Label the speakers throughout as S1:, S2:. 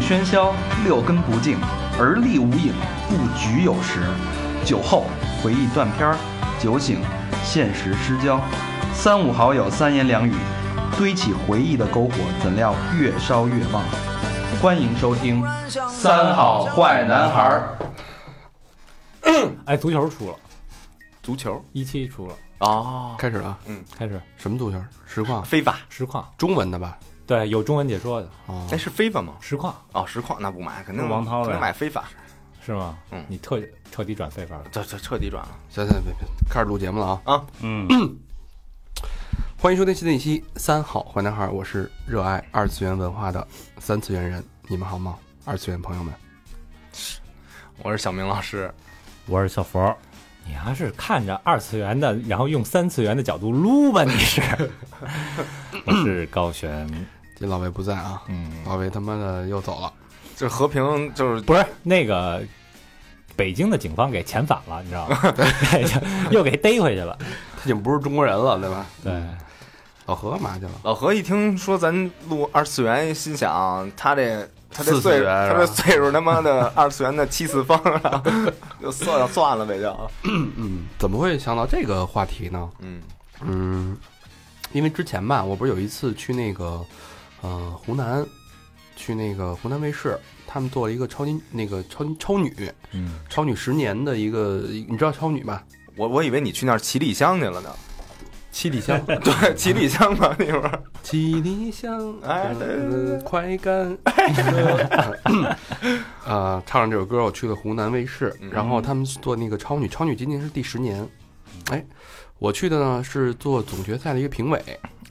S1: 喧嚣，六根不净，而立无影，不局有时。酒后回忆断片儿，酒醒现实失焦。三五好友三言两语，堆起回忆的篝火，怎料越烧越旺。欢迎收听《三好坏男孩儿》。
S2: 哎，足球出了，
S3: 足球
S2: 一期出了，
S3: 哦，
S4: 开始了啊，
S2: 开始
S4: 什么足球？实况，
S3: 非法，
S2: 实况，
S4: 中文的吧？
S2: 对，有中文解说的
S4: 哦
S3: 哎，，是非法吗？
S2: 实况
S3: 哦，实况那不买，肯定
S2: 是王涛呗
S3: 肯定买非法，
S2: 是吗？
S3: 嗯
S2: 你特彻底转非法了，
S3: 这这彻底转了。
S4: 行行，别别，开始录节目了啊！
S1: 嗯，
S4: 欢迎收听新的一期《三好坏男孩》，我是热爱二次元文化的三次元人，你们好吗？二次元朋友们，
S3: 我是小明老师，
S5: 我是小佛，
S2: 你还是看着二次元的，然后用三次元的角度撸吧，你是？
S5: 我是高璇，
S4: 这老魏不在啊，
S2: 嗯，
S4: 老魏他妈的又走了，
S3: 就是和平，就是
S2: 不是那个。北京的警方给遣返了，你知道吗？对，又给逮回去了。
S4: 他已经不是中国人了，对吧？
S2: 对，
S4: 老何干嘛去了？
S3: 老何一听说咱录二次元，心想他这他这
S4: 四次
S3: 岁
S4: 元是
S3: 他
S4: 吧
S3: 这岁数他妈的二次元的七次方了， 就算了算了呗就。
S4: 嗯，怎么会想到这个话题呢？
S3: 嗯
S4: 嗯，因为之前吧，我不是有一次去那个，呃，湖南，去那个湖南卫视，他们做了一个超级那个超超女，
S2: 嗯，
S4: 超女十年的一个，你知道超女吧？
S3: 我我以为你去那儿七里香去了呢，
S4: 七里香，
S3: 对，七里香嘛那会儿，
S4: 七里香，
S3: 哎对对对
S4: 呃 快干，呃，唱了这首歌，我去了湖南卫视，
S3: 嗯
S4: 然后他们做那个超女，超女今年是第十年，哎，我去的呢是做总决赛的一个评委，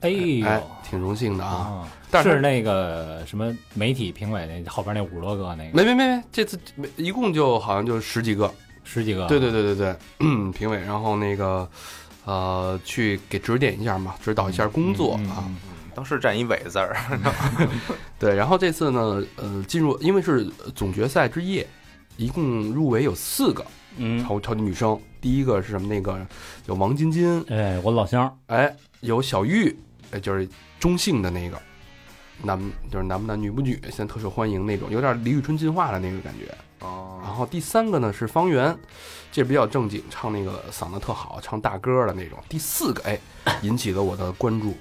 S2: 哎呦
S4: 哎，挺荣幸的
S3: 哦
S4: 啊。
S2: 啊
S4: 但
S2: 是
S4: 是
S2: 那个什么媒体评委那后边那五十多个那个
S4: 没没没没，这次没一共就好像就十几个，
S2: 十几个，
S4: 对对对对对， 嗯评委，然后那个呃，去给指点一下嘛，指导一下工作
S2: 嗯嗯
S4: 啊，
S2: 嗯
S3: 当时占一伪字儿，
S4: 对，然后这次呢，呃，进入因为是总决赛之夜，一共入围有四个
S5: 嗯，
S4: 超超级女生，第一个是什么？那个有王晶晶，
S5: 哎，我老乡，
S4: 哎，有小玉，哎，就是中性的那个。男就是男不男女不女，现在特受欢迎那种，有点李宇春进化的那个感觉。然
S3: 哦，
S4: 后第三个呢是方圆，这比较正经，唱那个嗓子特好，唱大歌的那种。第四个哎，引起了我的关注，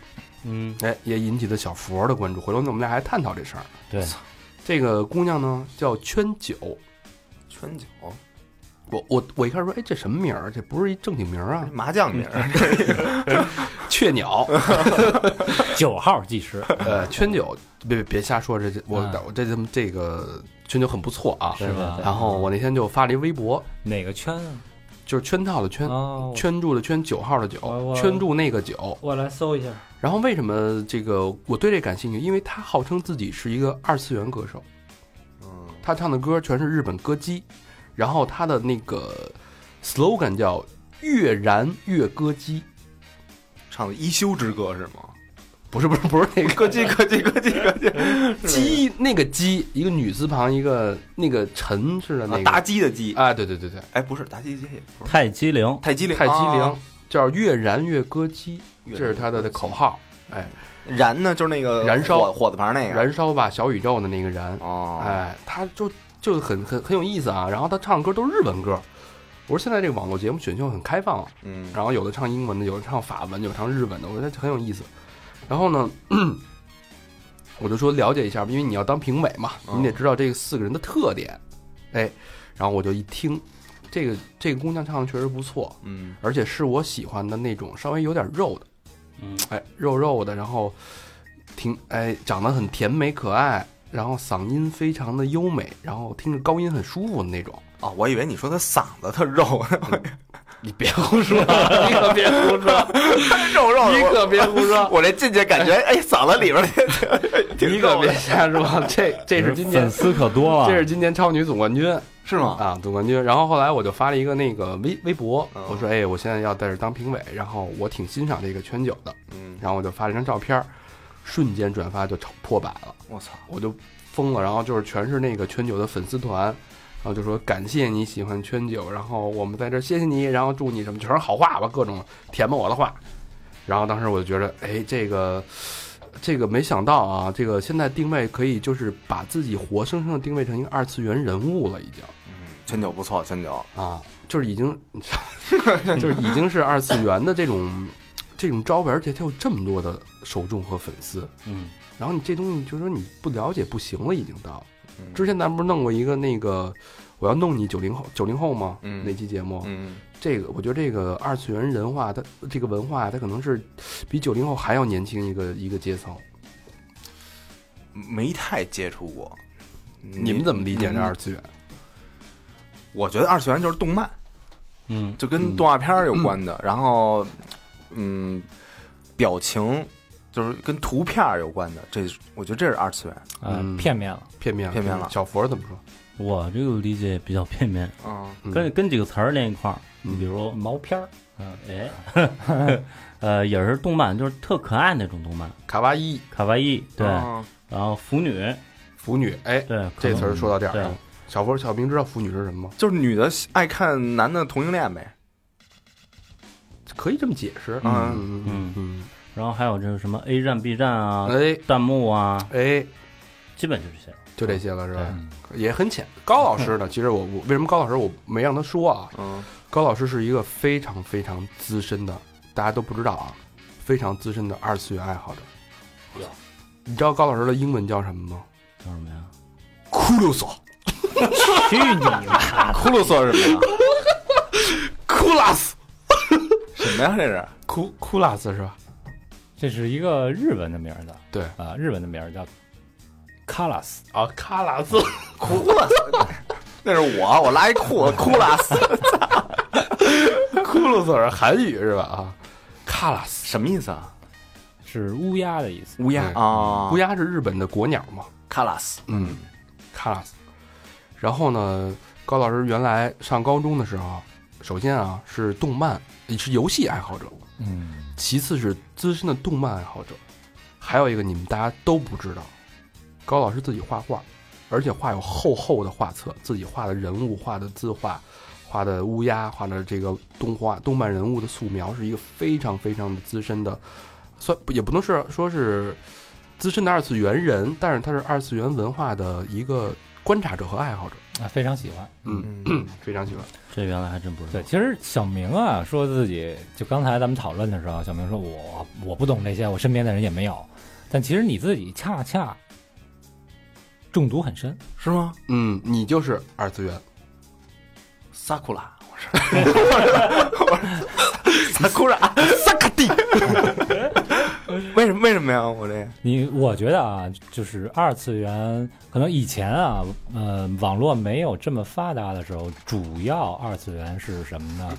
S5: 嗯，
S4: 哎，也引起了小佛的关注。回头呢，我们俩还探讨这事儿。
S5: 对，
S4: 这个姑娘呢叫圈九，
S3: 圈九
S4: 我我我一开始说，哎，这什么名儿？这不是一正经名儿啊，
S3: 麻将名儿，
S4: 雀鸟，
S2: 九号技师，
S4: 呃，圈九，别别别瞎说，这这我
S2: 嗯
S4: 我这这这个圈九很不错啊。
S2: 是吧
S4: 然后我那天就发了一微博，
S2: 哪个圈啊？
S4: 就是圈套的圈，
S2: 哦，
S4: 圈住的圈，九号的
S2: 我
S4: 九，
S2: 我
S4: 圈住那个九。
S2: 我来搜一下。
S4: 然后为什么这个我对这感兴趣？因为他号称自己是一个二次元歌手，
S3: 嗯，
S4: 他唱的歌全是日本歌姬，然后他的那个 slogan 叫“越燃越歌姬
S3: 唱的一休之歌是吗？”，
S4: 不是不是不是那个
S3: 咯叽咯叽咯叽咯叽，
S4: 姬，那个姬，一个女字旁，一个那个陈似的那
S3: 啊
S4: 个
S3: 妲己的鸡，
S4: 啊，对对对对
S3: 哎，不是妲己鸡，也不是
S5: 太机灵，
S3: 太机
S4: 对，
S3: 灵，
S4: 太机灵
S3: 啊。，
S4: 叫“越燃越歌姬”，
S3: 越
S4: 这是他的口号。哎，
S3: 燃呢，就是那个
S4: 燃烧
S3: 火火字旁那个
S4: 燃烧吧小宇宙的那个燃。
S3: 哦，，
S4: 哎，他就就很很很有意思啊。然后他唱的歌都是日文歌。我说现在这个网络节目选秀很开放啊，
S3: 嗯，
S4: 然后有的唱英文的，有的唱法文，有的唱日文的，我觉得很有意思。然后呢， 我就说了解一下，因为你要当评委嘛，
S3: 嗯
S4: 你得知道这个四个人的特点。哎，然后我就一听，这个这个姑娘唱的确实不错，
S3: 嗯，
S4: 而且是我喜欢的那种稍微有点肉的，
S5: 嗯，
S4: 哎，肉肉的，然后挺哎长得很甜美可爱，然后嗓音非常的优美，然后听着高音很舒服的那种。
S3: 哦，我以为你说他嗓子特肉，
S4: 你别胡说，你可别胡说，
S3: 肉肉
S4: 你
S3: 的，
S4: 可别胡说，
S3: 我我这进去感觉，哎，嗓子里边儿 挺
S4: 你可
S3: 肉
S4: 别
S3: 的，
S4: 瞎说，这这是今年
S5: 粉丝可啊多
S4: 这
S5: 了，
S4: 是今年超女总冠军
S3: 是吗？
S4: 啊，总冠军。然后后来我就发了一个那个微微博
S3: 嗯，
S4: 我说哎，我现在要在这儿当评委，然后我挺欣赏这个圈九的，
S3: 嗯，
S4: 然后我就发了一张照片儿，瞬间转发就超破百了。
S3: 我操，
S4: 我就疯了，然后就是全是那个圈九的粉丝团，然后就说感谢你喜欢圈九，然后我们在这儿谢谢你，然后祝你什么，全是好话吧，各种填吧我的话。然后当时我就觉得，哎，这个这个没想到啊，这个现在定位可以就是把自己活生生的定位成一个二次元人物了，已经
S3: 嗯陈九不错，陈九，
S4: 啊，就是已经，就是已经是二次元的这种这种招牌，而且它有这么多的受众和粉丝，
S5: 嗯，
S4: 然后你这东西就是说你不了解不行了，已经到。
S3: 嗯
S4: 之前咱们不是弄过一个那个我要弄你九零后九零后吗？
S3: 嗯
S4: 那期节目，
S3: 嗯，
S4: 这个我觉得这个二次元人化，它这个文化，它可能是比九零后还要年轻一个一个阶层。
S3: 没太接触过。
S4: 你们怎么理解这
S3: 嗯
S4: 二次元？
S3: 我觉得二次元就是动漫，
S5: 嗯，
S3: 就跟动画片儿有关的，然后嗯，表情就是跟图片儿有关的，这是我觉得这是二次元。
S2: 呃
S4: 嗯，
S2: 片面了。
S4: 片面
S3: 片面了
S4: 小佛怎么说？
S5: 我这个理解比较片面，
S3: 嗯
S4: 嗯
S5: 跟跟几个词儿连一块儿，你
S4: 嗯
S5: 比如
S2: 毛片儿，
S5: 嗯，哎， 呃，也是动漫，就是特可爱那种动漫，
S4: 卡哇伊
S5: 卡哇伊，对，
S3: 嗯
S5: 然后腐女，
S4: 腐女，哎，
S5: 对，可
S4: 这
S5: 能
S4: 词儿说到点儿
S5: 对
S4: 上。小佛，小明知道腐女是什么吗？
S3: 就是女的爱看男的同性恋呗。
S4: 可以这么解释。
S3: 嗯，
S4: 嗯
S5: 嗯
S4: 嗯，
S5: 然后还有这个什么 A 站、B 站啊，
S3: 嗯
S4: 哎
S5: 弹幕啊，
S4: 哎，
S5: 基本就这些。嗯
S4: 就这些了是
S3: 嗯
S4: 吧？也很浅。高老师呢？其实我我为什么高老师我没让他说啊？
S3: 嗯
S4: 高老师是一个非常非常资深的，大家都不知道啊，非常资深的二次元爱好者。你知道高老师的英文叫什么吗？
S5: 叫什么呀？
S4: 库鲁索，
S2: 去你妈！
S3: 骷髅色是什么呀？
S4: 库拉斯，
S3: 什么呀？这是
S4: 库库拉斯是吧？
S2: 这是一个日文的名儿的，
S4: 对
S2: 啊、日文的名儿叫卡拉斯，
S4: 啊，卡拉斯，
S3: 骷髅色， 那是我，我拉一裤子，骷髅色
S4: 库鲁索是韩语是吧？啊，卡拉斯，
S3: 什么意思啊？
S2: 是乌鸦的意思。
S3: 乌鸦
S4: 对
S3: 啊，
S4: 乌
S3: 鸦
S4: 鸦是日本的国鸟嘛？
S3: 卡拉斯。
S4: 嗯，卡拉斯。然后呢，高老师原来上高中的时候，首先啊是动漫，是游戏爱好者，
S2: 嗯，
S4: 其次是资深的动漫爱好者，还有一个你们大家都不知道，高老师自己画画，而且画有厚厚的画册，自己画的人物、画的字画、画的乌鸦、画的这个动画、动漫人物的素描，是一个非常非常的资深的，算也不能是说是资深的二次元人，但是他是二次元文化的一个观察者和爱好者，
S2: 啊，非常喜欢。
S4: 嗯，非常喜欢，
S5: 这原来还真不知道
S2: 对，。其实小明啊，说自己就刚才咱们讨论的时候，小明说我我不懂这些，我身边的人也没有。但其实你自己恰恰中毒很深，
S3: 是吗？
S4: 嗯，你就是二次元，
S3: 萨库 拉，我是， 萨库拉，萨卡蒂。 为什么？为什么呀？我这
S2: 你我觉得啊，就是二次元，可能以前啊，呃，网络没有这么发达的时候，主要二次元是什么 呢？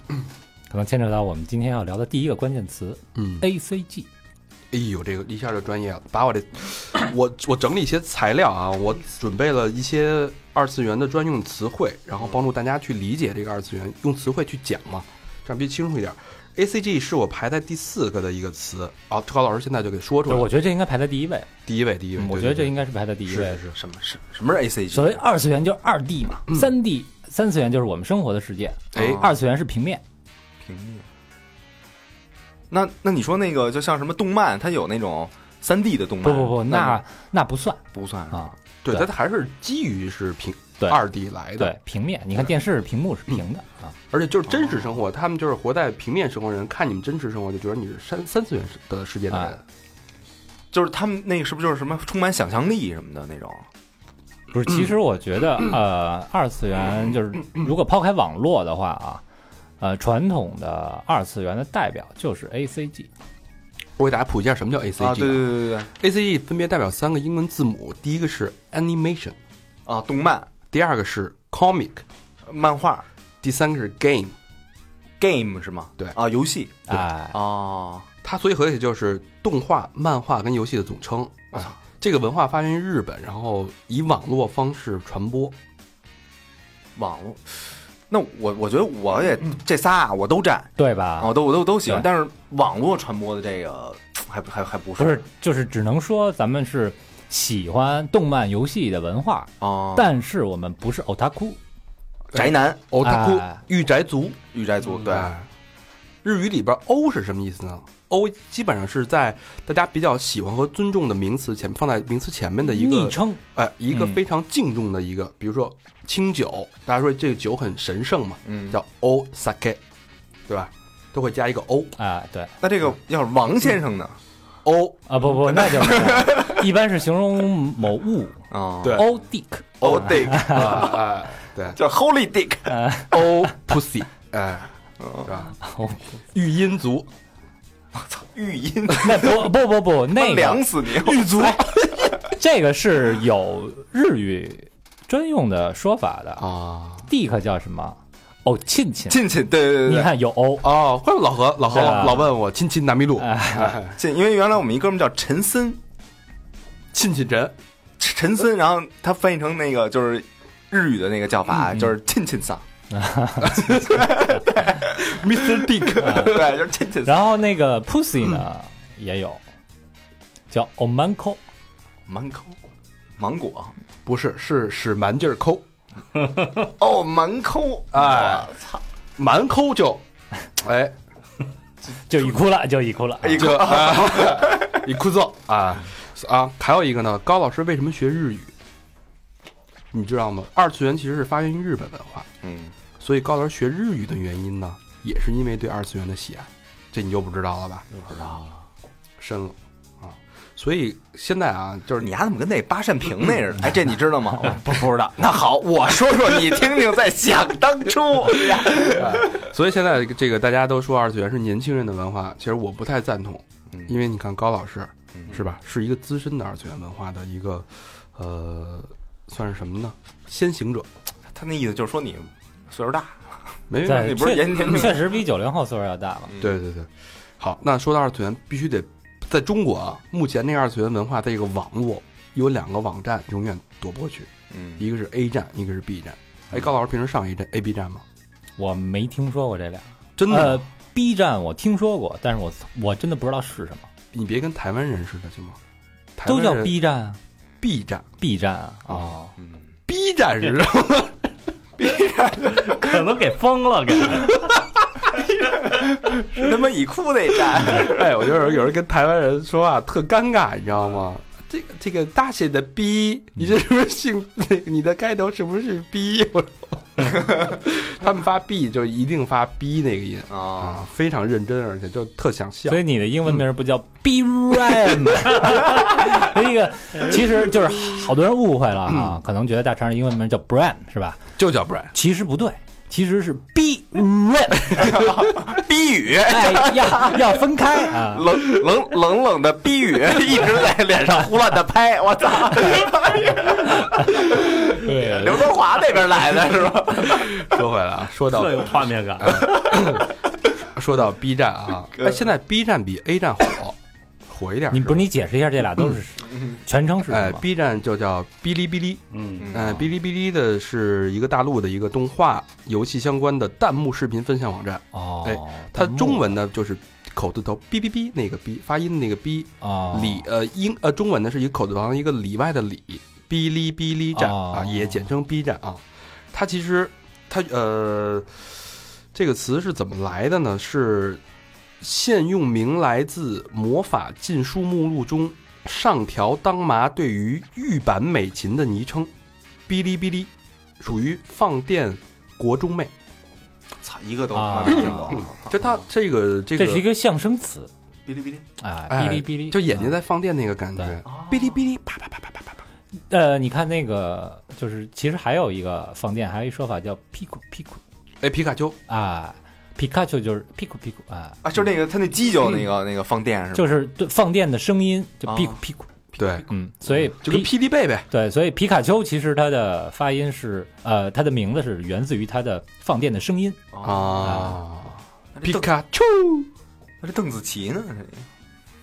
S2: 可能牵扯到我们今天要聊的第一个关键词
S4: 嗯
S2: A C G。
S4: 哎呦，这个一下就专业了，把我这， 我我整理一些材料啊，我准备了一些二次元的专用词汇，然后帮助大家去理解这个二次元，用词汇去讲嘛，这样比较清楚一点。A C G 是我排在第四个的一个词，啊，高老师现在就给说出
S2: 对，
S4: 来
S2: 我
S4: 了，
S2: 觉得这应该排在第一位。
S4: 第一位，第一位，
S2: 我
S4: 对
S2: 觉得这
S4: 对
S2: 应该是排在第一位。嗯
S4: 是是
S3: 什么是什么是 A C G？啊
S2: 所谓二次元就是二 D 嘛，三 D 三次元就是我们生活的世界，
S4: 哎
S2: 二次元是平面。
S3: 平面。那那你说那个就像什么动漫，它有那种三 D 的动漫？
S2: 不不不，那
S3: 那
S2: 那不算
S3: 不算是吧
S2: 啊。
S4: 对，
S2: 对
S4: 它还是基于是平
S2: 对
S4: 二 D 来的，
S2: 对，平面。你看电视屏幕是平的啊，
S4: 而且就是真实生活，他们就是活在平面生活人，看你们真实生活就觉得你是三三次元的世界的
S2: 啊
S4: 人，
S3: 就是他们那个是不是就是什么充满想象力什么的那种？
S2: 不是，其实我觉 得，呃，二次元就是如果抛开网络的话啊，呃，传统的二次元的代表就是 A C G，
S4: 我给大家普及一下什么叫 A C G，、
S3: 啊，对对对对对
S4: A C E 分别代表三个英文字母，第一个是 animation，
S3: 啊，动漫、
S4: 第二个是 comic，
S3: 漫画、
S4: 第三个是 game。
S3: game 是吗？
S4: 对
S3: 啊，游戏
S2: 哎，
S3: 啊，
S4: 它所以合起来就是动画、漫画跟游戏的总称。啊
S3: 我
S2: 啊
S3: 操
S4: 这个文化发源于日本，然后以网络方式传播。
S3: 网络。那我我觉得我也这仨啊我都占，啊
S2: 对吧？
S4: 哦
S3: 我都我都都喜欢，
S2: 嗯啊对
S3: 但是网络传播的这个还不还还不是
S2: 不是，就是只能说咱们是喜欢动漫、游戏的文化，
S4: 哦
S3: 啊，
S2: 但是我们不是 otaku，
S3: 宅男
S4: 哦，它
S2: 哎
S4: 御宅族，
S3: 御宅族对，
S2: 嗯
S4: 哎日语里边 “o” 是什么意思呢？ O 基本上是在大家比较喜欢和尊重的名词前放在名词前面的一
S2: 昵
S4: 个，
S2: 称，
S4: 哎，一个
S1: 嗯
S4: 非常敬重的一个，比如说清酒，大家说这个酒很神圣嘛，
S3: 嗯，
S4: 叫 O sake，对吧？都会加一个 O
S2: 哎，对，
S3: 那这个要是王先生呢？
S4: O
S2: 啊不
S4: 嗯
S2: 不，那就是一般是形容某物
S3: 啊，
S4: 对
S2: o dick，
S3: ，O Dick，
S4: 啊
S2: 哎
S4: 啊，对
S3: 叫 Holy Dick，
S4: O pussy，哎，是吧？育音族，
S3: 玉音，
S2: 那不不不不， 那
S3: 凉
S2: 个
S3: 死你！
S4: 狱族
S2: 这个是有日语专用的说法的
S4: 啊。
S2: ，dick 叫什么？哦，亲亲，
S3: 进去，对对对
S2: 你
S3: 对，
S2: 看有 o，
S4: 哦，怪不得老何，老何
S2: 对啊
S4: 老问我亲亲南麋鹿，
S3: 进，因为原来我们一哥们叫陈森，
S4: 亲亲陈，
S3: 陈森，然后他翻译成那个就是日语的那个叫
S2: 嗯
S3: 法，就是亲亲 桑，
S4: Mr. Dick，
S3: 对，就是亲亲桑。
S2: 然后那个 pussy 呢也有，叫 omanko，
S3: 芒口，芒果，
S4: 不是，是使蛮劲儿抠，
S3: 哦，蛮抠，
S2: 啊
S4: 哎，
S3: 操，
S4: 蛮抠就，哎，
S2: 就已哭了，就已哭了。
S3: 一个
S4: 你枯燥啊啊！还有一个呢，高老师为什么学日语？你知道吗？二次元其实是发源于日本文化，
S3: 嗯，
S4: 所以高老师学日语的原因呢，也是因为对二次元的喜爱，这你就不知道了吧？
S3: 不知道了。
S4: 深了啊！所以现在啊，
S3: 就
S4: 就
S3: 是是
S4: 你
S3: 你丫怎么跟那八扇屏那 似的？哎，这你知道吗？我不不知道。那好，我说说你听听，在想当初。
S4: 所以现在这个大家都说二次元是年轻人的文化，其实我不太赞同，
S3: 嗯
S4: 因为你看高老师
S3: 嗯
S4: 是吧，是一个资深的二次元文化的一个，呃，算是什么呢？先行者，
S3: 他那意思就是说你岁数大，
S4: 没
S2: 对
S3: 你不是
S2: 确
S3: 研究那个
S2: 确实比九零后岁数要大嘛。
S4: 对对对，好，那说到二次元，必须得在中国啊，目前那个二次元文化在这个网络有两个网站永远躲不过去，
S3: 嗯，
S4: 一个是 A 站，一个是 B 站。哎，高老师平时上 A 站、A B 站吗？
S2: 我没听说过这俩，
S4: 真的吗，
S2: 呃，B 站我听说过，但是我我真的不知道是什么，
S4: 你别跟台湾人似的，行吗？台湾
S2: 都叫
S4: 人
S2: B 站啊
S4: B 站
S2: ，B 站啊，
S4: 哦
S3: 嗯，
S4: ，B 站是吧？
S5: 可能给封 了，给
S3: 是他妈已哭那站，
S4: 哎，我觉得有人跟台湾人说话特尴尬，你知道吗？这个这个大写的 B，你这是不是姓？ 那个你的开头是不是 B？我说他们发 B 就一定发 B 那个音
S3: 啊
S4: 啊，非常认真，而且就特想笑
S2: 所。以你的英文名不叫 B Ram，那个其实就是好多人误会了啊，可能觉得大肠的英文名叫 Bram 是吧？
S4: 就叫 Brian，
S2: 其实不对，其实是 B Ram，
S3: 逼雨，
S2: 哎，要要分开啊。
S3: 冷冷冷冷的逼雨 一直在脸上胡乱的拍，我操！刘德华那边来的是 吧？
S4: 说回来啊，说到
S5: 特有画面感。
S4: 说到 B 站啊，哎，现在 B 站比 A 站火，火一点。
S2: 你不
S4: 是
S2: 是
S4: 吧
S2: 你解释一下这俩都是全称是
S4: 哎
S2: 什么？
S4: ，B 站就叫哔哩哔哩，
S5: 嗯，
S4: 呃，哔哩哔哩的是一个大陆的一个动画、游戏相关的弹幕视频分享网站。哎
S2: 哦，
S4: 它
S2: 弹幕
S4: 中文呢就是口字头哔哔哔那个哔，发音的那个哔，
S2: 哦
S4: 里呃英呃中文呢是一个口字旁一个里外的里，哔哩哔哩站、
S2: 哦
S4: 啊，也简称 B 站啊。它其实它呃这个词是怎么来的呢？是现用名来自《魔法禁书目录》中上条当麻对于玉版美琴的昵称，哔哩哔哩属于放电国中妹。
S3: 操，一个都
S2: 啊
S3: 没听懂。
S4: 就它这个这个
S2: 这是一个象声词
S3: 哔哩哔哩，
S2: 啊，
S4: 哎
S2: 哔哩哔哩，啊
S4: 就眼睛在放电那个感觉
S2: 对，
S4: 哔哩哔哩，啪啪啪啪啪啪啪，
S2: 呃，你看那个，就是其实还有一个放电，还有一说法叫屁股屁股
S4: 哎，皮卡丘，
S2: 啊，皮卡丘就是屁股屁股啊，
S3: 啊，就是那个他那犄角那个那个放电是吧？
S2: 就是对放电的声音，就
S3: 啊
S2: 屁股屁股，
S4: 对，
S2: 嗯，所以
S4: 哦就跟
S2: 皮
S4: 霹雳贝贝，
S2: 对，所以皮卡丘其实它的发音是呃，它的名字是源自于它的放电的声音，
S4: 啊，
S3: 那
S4: 皮
S3: 这邓
S4: 卡丘，
S3: 那这邓紫棋呢？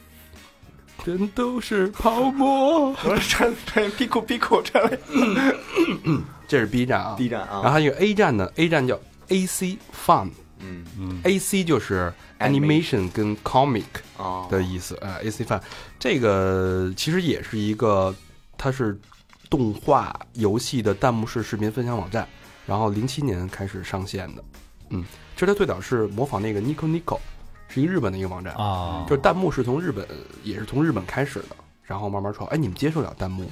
S4: 人都是泡沫。
S3: 这我穿穿屁股屁股穿 了
S4: 这是 B 站啊，
S3: B 站啊，
S4: 然后还有一个 A 站呢，A 站叫 AC Fun，AC
S3: 嗯
S4: 就是
S3: 啊 Animation
S4: animation 跟 comic
S3: 啊
S4: 的意思，呃，AC Fun 这个其实也是一个，它是动画游戏的弹幕式视频分享网站，然后零七年开始上线的，嗯，其实它最早是模仿那个 Nico Nico。是一个日本的一个网站，
S2: 啊，
S4: 就是弹幕是从日本，也是从日本开始的，然后慢慢传。哎，你们接受了弹幕吗？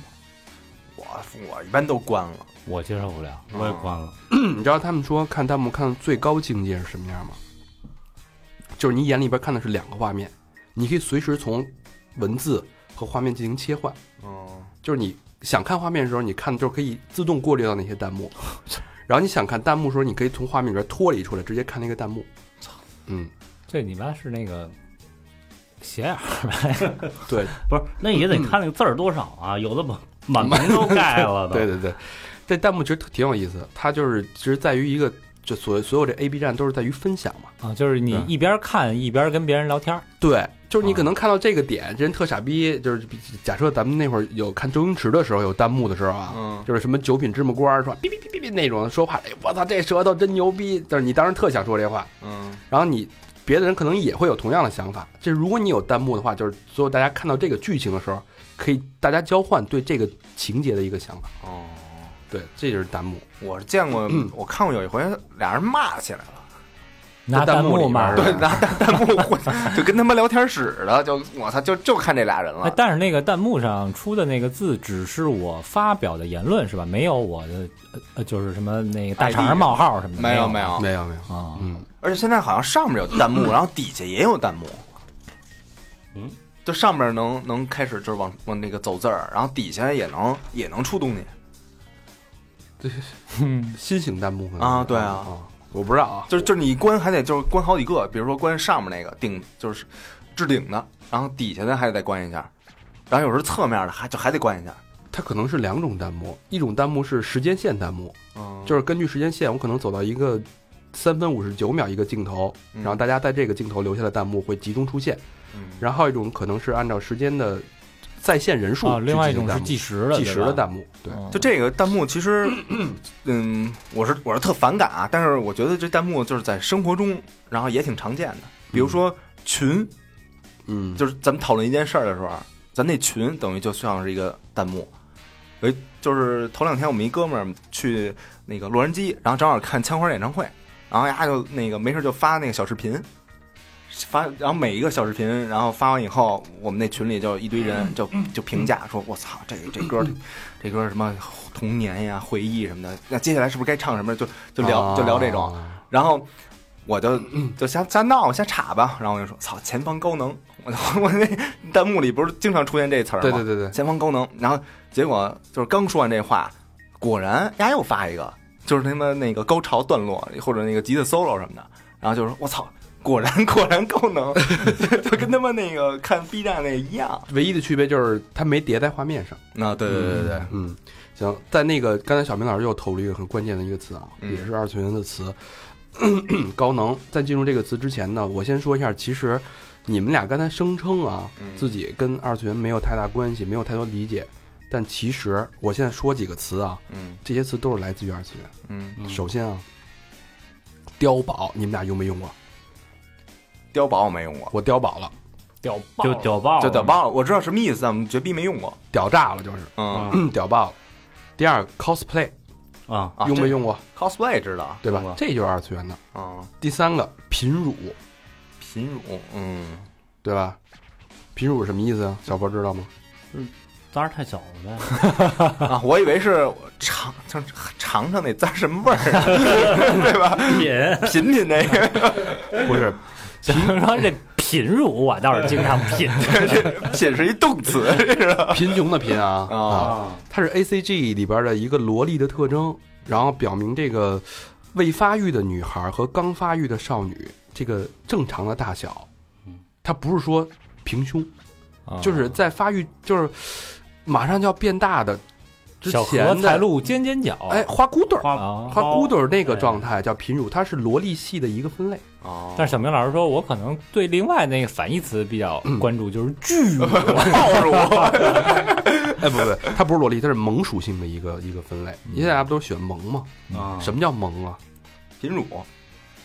S3: 我我一般都关了，
S2: 我接受不了，
S4: 啊
S2: 我也关了。
S4: 嗯你知道他们说看弹幕看最高境界是什么样吗？就是你眼里边看的是两个画面，你可以随时从文字和画面进行切换。
S3: 嗯，
S4: 就是你想看画面的时候，你看就可以自动过滤到那些弹幕，然后你想看弹幕的时候，你可以从画面里边脱离出来，直接看那个弹幕。嗯，
S2: 这你妈是那个斜眼儿，
S4: 对
S5: 不是，那也得看那个字儿多少啊，有的满满屏都盖了
S4: 对
S5: 的。
S4: 对对，这弹幕其实挺有意思，它就是其实在于一个，就所所有这 A B 站都是在于分享嘛。
S2: 啊，就是你一边看一边跟别人聊天儿
S4: 对，就是你可能看到这个点，这人特傻逼。就是比假设咱们那会儿有看周星驰的时候，有弹幕的时候啊，
S3: 嗯
S4: 就是什么九品芝麻官儿说哔哔哔哔哔那种说话，哎，我操，这舌头真牛逼！但是你当时特想说这话，
S3: 嗯
S4: 然后你别的人可能也会有同样的想法。这如果你有弹幕的话，就是所有大家看到这个剧情的时候，可以大家交换对这个情节的一个想法。
S3: 哦，
S4: 对，这就是弹幕。
S3: 我是见过，我看过有一回俩人骂起来了，
S2: 拿
S4: 嗯在弹幕
S2: 幕
S4: 里边
S2: 骂
S4: 儿
S2: 人
S4: 对
S3: 对， 拿弹弹幕混，就跟他妈聊天室的，就我操，就就看这俩人
S2: 哎
S3: 了，，
S2: 但是那个弹幕上出的那个字只是我发表的言论是吧？没有我的呃呃，就是什么那个大
S3: ID
S2: 肠儿冒号什么的，
S3: 没有
S2: 有
S3: 没有，
S4: 哎没有没有，
S2: 啊。
S4: 嗯，
S3: 而且现在好像上面有弹幕，然后底下也有弹幕。
S5: 嗯，
S3: 就上面能能开始就是往往那个走字儿，然后底下也能也能出东西，
S4: 新型弹幕可能
S3: 啊对啊
S4: 我不知道啊，
S3: 就是就是你一关还得就是关好几个，比如说关上面那个顶就是置顶的，然后底下的还得再关一下，然后有时候侧面的还就还得关一下，
S4: 它可能是两种弹幕，一种弹幕是时间线弹幕，
S3: 嗯
S4: 哦就是根据时间线，我可能走到一个三分五十九秒一个镜头，
S3: 嗯
S4: 然后大家在这个镜头留下的弹幕会集中出现。然后还有一种可能是按照时间的在线人数
S2: 啊，
S4: 去
S2: 另外一
S4: 进行
S2: 种
S4: 弹
S2: 是
S4: 幕
S2: 计时的，
S4: 计时的
S2: 对吧
S4: 弹幕，对，
S2: 嗯
S3: 就这个弹幕，其实，嗯，我是我是特反感啊，但是我觉得这弹幕就是在生活中，然后也挺常见的，比如说群，
S4: 嗯，
S3: 就是咱们讨论一件事儿的时候，啊咱那群等于就像是一个弹幕。哎，就是头两天我们一哥们儿去那个洛杉矶，然后正好看枪花演唱会，然后呀就那个没事就发那个小视频，发然后每一个小视频，然后发完以后，我们那群里就一堆人就就评价说：“我操，这这歌儿，这歌儿什么童年呀、回忆什么的，那接下来是不是该唱什么？”就就聊就聊这种，
S4: 啊
S3: 然后我就就瞎瞎闹瞎岔吧，然后我就说操，前方高能，我就 我那弹幕里不是经常出现这词儿吗？
S4: 对对对对，
S3: 前方高能。然后结果就是刚说完这话，果然丫又发一个，就是他妈那个高潮段落或者那个吉他 solo 什么的，然后就说我操，果然 果然高能，就就跟他妈那个看 B 站那一样。
S4: 唯一的区别就是它没叠在画面上。
S3: 那对对对对，
S4: 嗯，行，在那个刚才小明老师又透露一个很关键的一个词啊，
S3: 嗯
S4: 也是二次元的词， 高能。在进入这个词之前呢，我先说一下，其实你们俩刚才声称啊，
S3: 嗯
S4: 自己跟二次元没有太大关系，没有太多理解，但其实我现在说几个词啊，
S3: 嗯
S4: 这些词都是来自于二次元。
S3: 嗯，
S4: 首先啊，碉堡，你们俩用没用过？
S3: 碉堡我没用过，
S4: 我碉堡了，
S2: 屌
S5: 就屌爆了，
S3: 就碉堡了我知道什么意思，但我们绝逼没用过。
S4: 屌炸了就是，
S3: 嗯
S4: 屌爆了。第二，cosplay
S5: 啊！
S3: 啊
S4: 用没
S3: 这
S4: 用过？
S3: cosplay 知道
S4: 对
S5: 用
S4: 吧
S5: 过？
S4: 这就是二次元的。
S3: 啊。
S4: 第三个，贫乳。
S3: 贫乳，嗯，
S4: 对吧？贫乳是什么意思啊？小波知道吗？
S5: 当然太小了呗。
S3: 啊，我以为是尝尝尝尝那滋儿什么味儿呢，对吧？
S5: 品，
S3: 品品那个
S4: 不是，
S2: 小明说这品乳，我倒是经常品。
S3: 这 品是一动词，这是
S4: 贫穷的贫啊啊，
S3: 啊，
S4: 它是 A C G 里边的一个萝莉的特征，然后表明这个未发育的女孩和刚发育的少女这个正常的大小，它不是说平胸，
S2: 嗯啊
S4: 就是在发育就是马上就要变大的之
S2: 小荷
S4: 前
S2: 才
S4: 的
S2: 露尖尖角，
S4: 哎花骨朵儿。
S5: 花
S4: 花骨朵儿那个
S5: 对
S4: 状态叫贫乳，它是萝莉系的一个分类。
S3: 哦
S2: 但是小明老师说，我可能对另外那个反义词比较关注，就是 巨乳。
S3: 抱着我，
S4: 哎，不不，它不是萝莉，它是萌属性的一个一个分类。因为大家不都喜欢萌吗？
S5: 啊
S4: 什么叫萌啊？
S3: 品乳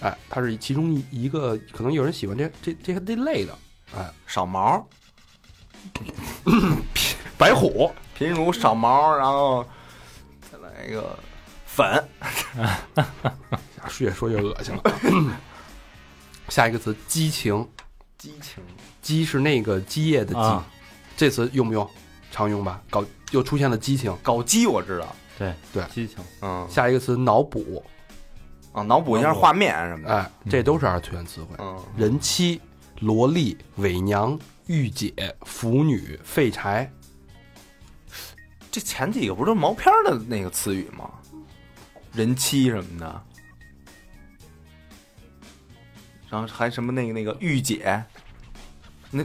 S4: 哎，它是其中一一个，可能有人喜欢这这这这类的
S3: 少毛，
S4: 白虎，
S3: 品乳少毛，然后再来一个粉，
S4: 啊越说越恶心了。下一个词激情，
S3: 激情，
S4: 鸡是那个鸡叶的鸡，
S5: 啊
S4: 这词用不用？常用吧？搞又出现了激情。
S3: 搞基我知道，
S5: 对
S4: 对
S5: 激情
S3: 嗯
S4: 下一个词脑补，
S3: 啊，脑补一下画面什么的，
S4: 哎，这都是二次元词汇。
S3: 嗯
S4: 人妻、萝莉、伪娘、御姐、腐女、废柴，
S3: 这前几个不是毛片儿的那个词语吗？人妻什么的，然后还什么那个那个御姐，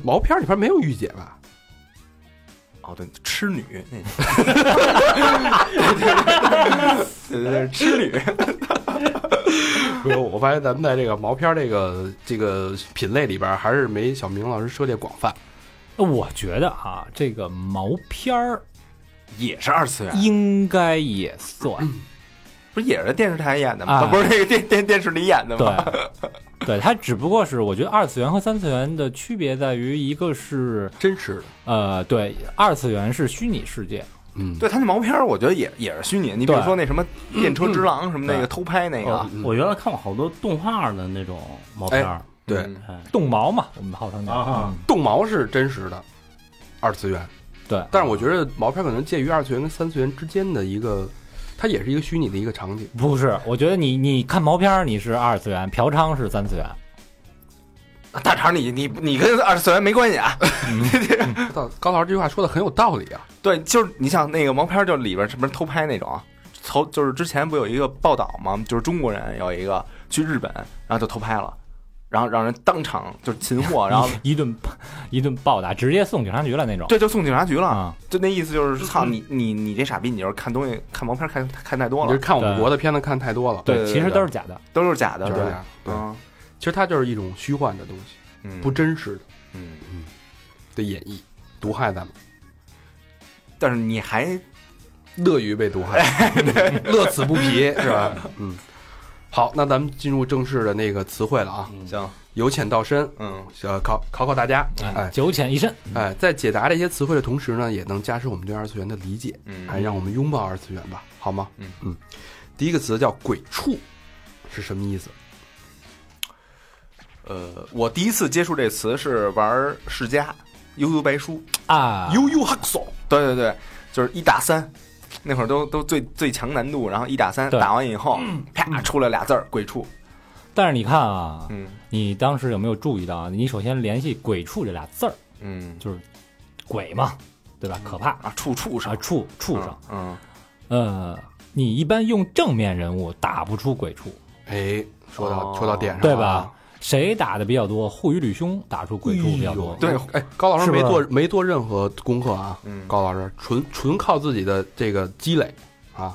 S4: 毛片儿里边没有御姐吧？
S3: 哦对，痴女 那个，对对对，痴女，
S4: 没有，我发现咱们在这个毛片儿这个这个品类里边儿，还是没小明老师涉猎广泛。
S2: 我觉得啊，这个毛片儿
S3: 也是二次元，
S2: 应该也算，
S3: 嗯不是也是电视台演的吗？
S2: 哎
S3: 它不是那个电电电视里演的吗？
S2: 对，对，它只不过是我觉得二次元和三次元的区别在于，一个是
S4: 真实的，
S2: 呃，对，二次元是虚拟世界，
S4: 嗯，
S3: 对他那毛片儿，我觉得也也是虚拟。你比如
S2: 对
S3: 说那什么电车之狼什么那个偷拍那个，
S5: 我原来看过好多动画的那种毛片儿，
S4: 对
S3: 嗯
S5: 哎，
S2: 动毛嘛，我们号称叫。
S5: 啊
S2: 嗯
S4: 动毛是真实的二次元，
S2: 对
S4: 但是我觉得毛片可能介于二次元跟三次元之间的一个，它也是一个虚拟的一个场景。
S2: 不是，我觉得你你看毛片儿你是二次元，嫖娼是三次元。
S3: 大肠你你你跟二次元没关系啊。
S4: 高高老师这句话说的很有道理啊，
S3: 对，就是你像那个毛片，就里边什么偷拍那种，偷就是之前不有一个报道吗？就是中国人有一个去日本，然后就偷拍了，然后让人当场就是擒 获，哦然后
S2: 一一顿一顿暴打，直接送警察局了那种。
S3: 这就送警察局了。
S2: 啊，
S3: 就那意思就是，操你你你这傻逼，你就是看东西看毛片看看太多
S4: 你是
S3: 了，
S4: 看我们
S2: 对
S4: 国的片子看太多了，
S3: 对
S2: 其实都是假的。
S3: 都是假的，
S4: 就是这样。
S3: 对，
S4: 对，
S3: 嗯
S4: 其实它就是一种虚幻的东西，
S3: 嗯
S4: 不真实的
S3: 嗯。
S4: 的演绎，毒害咱们，
S3: 但是你还
S4: 乐于被毒害， 乐此不疲，是 吧？嗯，好，那咱们进入正式的那个词汇了啊，
S3: 行，
S4: 由浅到深，
S3: 嗯，
S4: 呃，考考考大家，
S2: 哎，
S4: 哎
S2: 九浅一深，
S4: 哎，在解答这些词汇的同时呢，也能加深我们对二次元的理解，
S3: 嗯
S4: 哎，让我们拥抱二次元吧，好吗？
S3: 嗯
S4: 嗯，第一个词叫“鬼畜”，是什么意思？
S3: 呃，我第一次接触这词是玩世嘉，悠悠白书，
S2: 啊，
S3: 悠哈索，对对对，就是一打三，那会儿都都最最强难度，然后一打三
S2: 对
S3: 打完以后，啪出来俩字儿鬼畜，
S2: 但是你看啊，
S3: 嗯
S2: 你当时有没有注意到啊？你首先联系“鬼畜”这俩字儿，
S3: 嗯
S2: 就是鬼嘛，对
S4: 嗯
S2: 吧？可怕
S3: 啊，处处
S2: 啊
S3: 上，
S2: 畜畜生。
S3: 嗯，
S2: 呃，你一般用正面人物打不出鬼畜，
S4: 哎，说到、
S3: 哦
S4: 说到点上了，啊
S2: 对吧？？谁打的比较多？护与吕兄打出鬼畜比较多。
S3: 对，
S4: 哎，高老师
S2: 是吧
S4: 没做没做任何功课啊，
S3: 嗯
S4: 高老师纯纯靠自己的这个积累啊，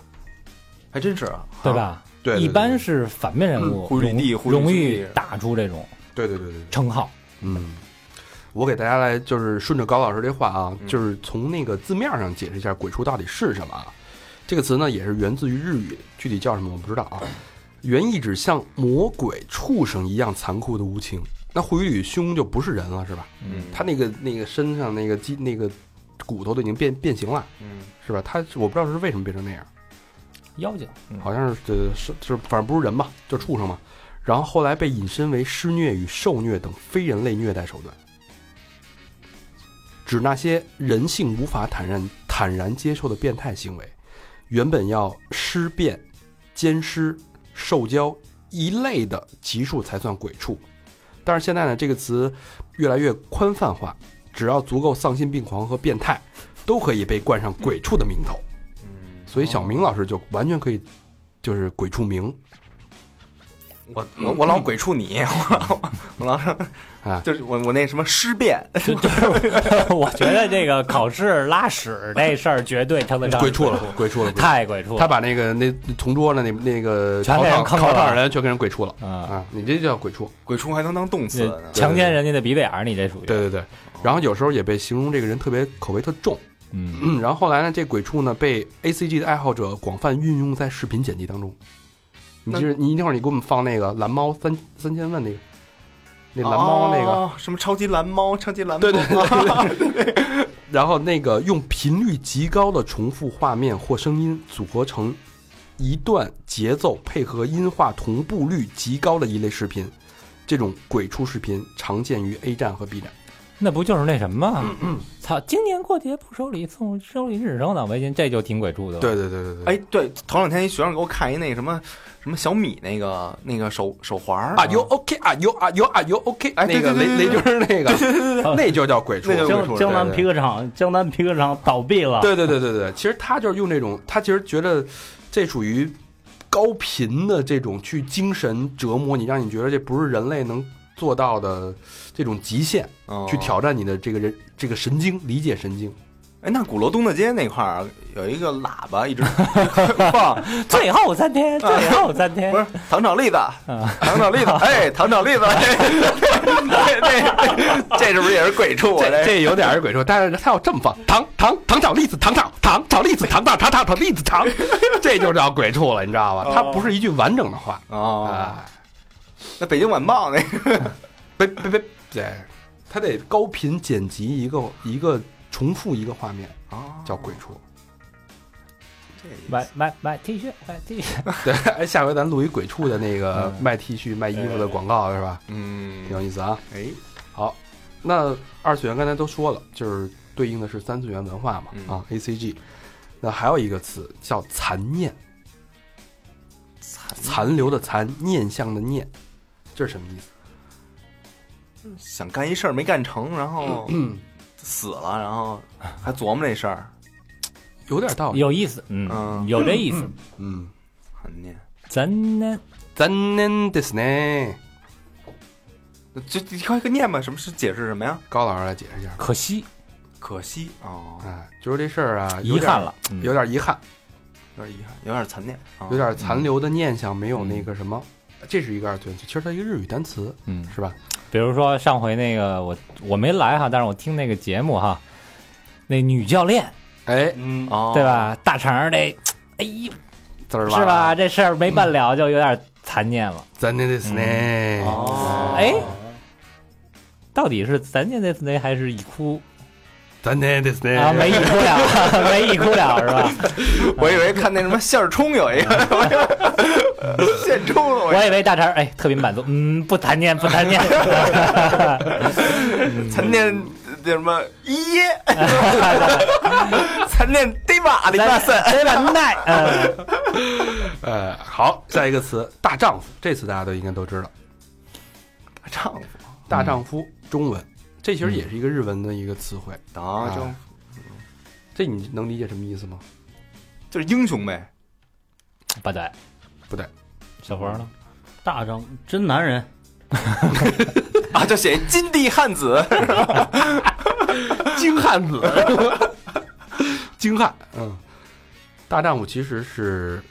S3: 还真是啊，
S2: 对吧？
S4: 对对
S2: 一般是反面人物
S3: 嗯忽略地
S2: 容
S3: 忽略
S2: 容
S3: 地
S2: 易打出这种
S4: 对对对对对，
S2: 称号。
S4: 嗯，我给大家来就是顺着高老师这话啊，
S3: 嗯
S4: 就是从那个字面上解释一下“鬼畜”到底是什么啊。这个词呢也是源自于日语，具体叫什么我不知道 啊。原意指像魔鬼、畜生一样残酷的无情。那回吕兄就不是人了，是吧？
S3: 嗯，
S4: 他那个那个身上那个肌那个骨头都已经变变形了，
S3: 嗯
S4: 是吧？他我不知道是为什么变成那样。
S2: 妖精，
S4: 好像是这是是，反正不是人吧，就畜生嘛。然后后来被引申为施虐与受虐等非人类虐待手段，指那些人性无法坦然坦然接受的变态行为，原本要尸变、奸尸、受教一类的级数才算鬼畜。但是现在呢，这个词越来越宽泛化，只要足够丧心病狂和变态，都可以被冠上鬼畜的名头。
S3: 嗯，
S4: 所以小明老师就完全可以，就是鬼畜名，
S3: 我我我老鬼畜你， 我老我老是
S4: 啊
S3: 就是我我那什么尸变，
S2: 就就是 我觉得这个考试拉屎这事儿绝对称得上
S4: 鬼畜了，鬼畜了。鬼畜了
S2: 太鬼畜了。
S4: 他把那个那同桌的那那个
S2: 全
S4: 考
S2: 给人
S4: 场
S2: 坑了
S4: 考场人全给人鬼畜了
S2: 啊，
S4: 啊！你这就叫 鬼畜，
S3: 鬼畜还能当动词呢，
S2: 强奸人家的鼻子眼儿，你这属于
S4: 对对对。然后有时候也被形容这个人特别口味特重，
S2: 嗯，
S4: 嗯。然后后来呢，这鬼畜呢被 A C G 的爱好者广泛运用在视频剪辑当中。你就是你一会儿你给我们放那个蓝猫三三千问那个，那蓝猫那个，
S3: 哦什么超级蓝猫，超级蓝猫，
S4: 对对对对对。然后那个用频率极高的重复画面或声音组合成一段节奏，配合音画同步率极高的一类视频，这种鬼畜视频常见于 A 站和 B 站。
S2: 那不就是那什么吗？操，今年过节不收礼，送收礼只收脑围巾，这就挺鬼畜的。，
S4: 对对对对对，
S3: 哎，对，头两天一学生给我看一那什么什么小米那个那个手手环儿
S4: 啊哟 OK 啊哟啊哟啊哟 OK，
S3: 哎对
S4: 那个
S3: 对对
S4: 雷雷
S3: 对
S4: 军儿那个，那就叫鬼畜
S3: 那。就鬼
S4: 对
S5: 江
S3: 畜
S5: 江
S4: 对
S5: 南
S4: 对
S5: 皮革厂，江南皮革厂倒闭了。
S4: 对对对对对，其实他就是用这种，他其实觉得这属于高频的这种去精神折磨你，让你觉得这不是人类能做到的这种极限，
S3: 嗯
S4: 去挑战你的这个人这个神经理解神经。
S3: 哎，那鼓楼东大街那块儿有一个喇叭 一直放，
S2: 最后三天，最后三天
S3: 不，是糖炒栗 子，
S4: 啊
S3: 糖炒栗子，哎，糖炒栗子，哎，这这这是不是也是鬼畜啊？
S4: 这这有点儿鬼畜，但是他要这么放，糖糖糖炒栗子，糖炒糖炒栗子，糖糖糖糖炒栗子糖，这就叫鬼畜了，你知道吧？它不是一句完整的话
S3: 哦，
S4: 啊，
S3: 那北京晚报那个
S4: 别别别，对，它得高频剪辑一个一个重复一个画面，
S3: 哦
S4: 叫鬼畜。
S2: 买买买 T 恤，买 T 恤。
S4: 对，哎，下回咱录一鬼畜的那个卖 T 恤、卖衣服的广告是吧？
S3: 嗯
S4: 挺有意思啊。
S3: 哎，
S4: 好，那二次元刚才都说了，就是对应的是三次元文化嘛，
S3: 嗯
S4: 啊，A C G。那还有一个词叫残念，残留的残，念想的念，这是什么意思？
S3: 想干一事儿没干成，然后死了，然后还琢磨这事儿，
S4: 有点道理。
S2: 有意思，
S3: 嗯
S2: 嗯，有这意思。
S4: 哦嗯，
S3: 很念。
S2: 咱呢，
S4: 残念ですね。
S3: 就你快快念吧，什么是解释什么呀？
S4: 高老师来解释一下。
S2: 可惜，
S3: 可惜哦，
S4: 啊，就是这事儿啊，有
S2: 遗
S4: 点
S2: 憾了，嗯
S4: 有点遗憾，
S3: 有点遗憾，有点残念，啊
S4: 有点残留的念想，
S3: 嗯
S4: 没有那个什么，这是一个二次元词，其实它一个日语单词，
S2: 嗯，
S4: 是吧？
S2: 比如说上回那个我我没来哈，但是我听那个节目哈，那女教练
S4: 哎，
S1: 嗯，
S3: 哦，
S2: 对？吧？大肠儿那，哎呦，
S4: 字儿
S2: 是吧？？这事儿没办了，就有点残念了。
S4: 残念ですね。
S3: 哦，
S2: 哎，到底是残念的那还是已哭
S4: 残念ですね。
S2: 啊？没已哭 了，没已哭了是吧？
S3: 我以为看那什么馅儿冲有一个现冲了，
S2: 我以为大肠儿哎特别满足，嗯，不残 念不残念，
S3: 残念那什么一耶， 残念对吧？里巴 森，
S2: 真忍耐，嗯，
S4: 呃，好，下一个词“大丈夫”，这词大家都应该都知道，“
S3: 大丈夫，
S4: 大丈夫”中文，这其实也是一个日文的一个词汇，
S3: 大
S4: 丈
S3: 夫
S4: 夫这你能理解什么意思吗？
S3: 就是英雄呗，
S2: 不对，
S4: 不对，
S2: 小佛呢？
S5: 大张真男人，
S3: 啊，就写金地汉子，
S4: 京汉 子，京汉，嗯，“大丈夫”其实是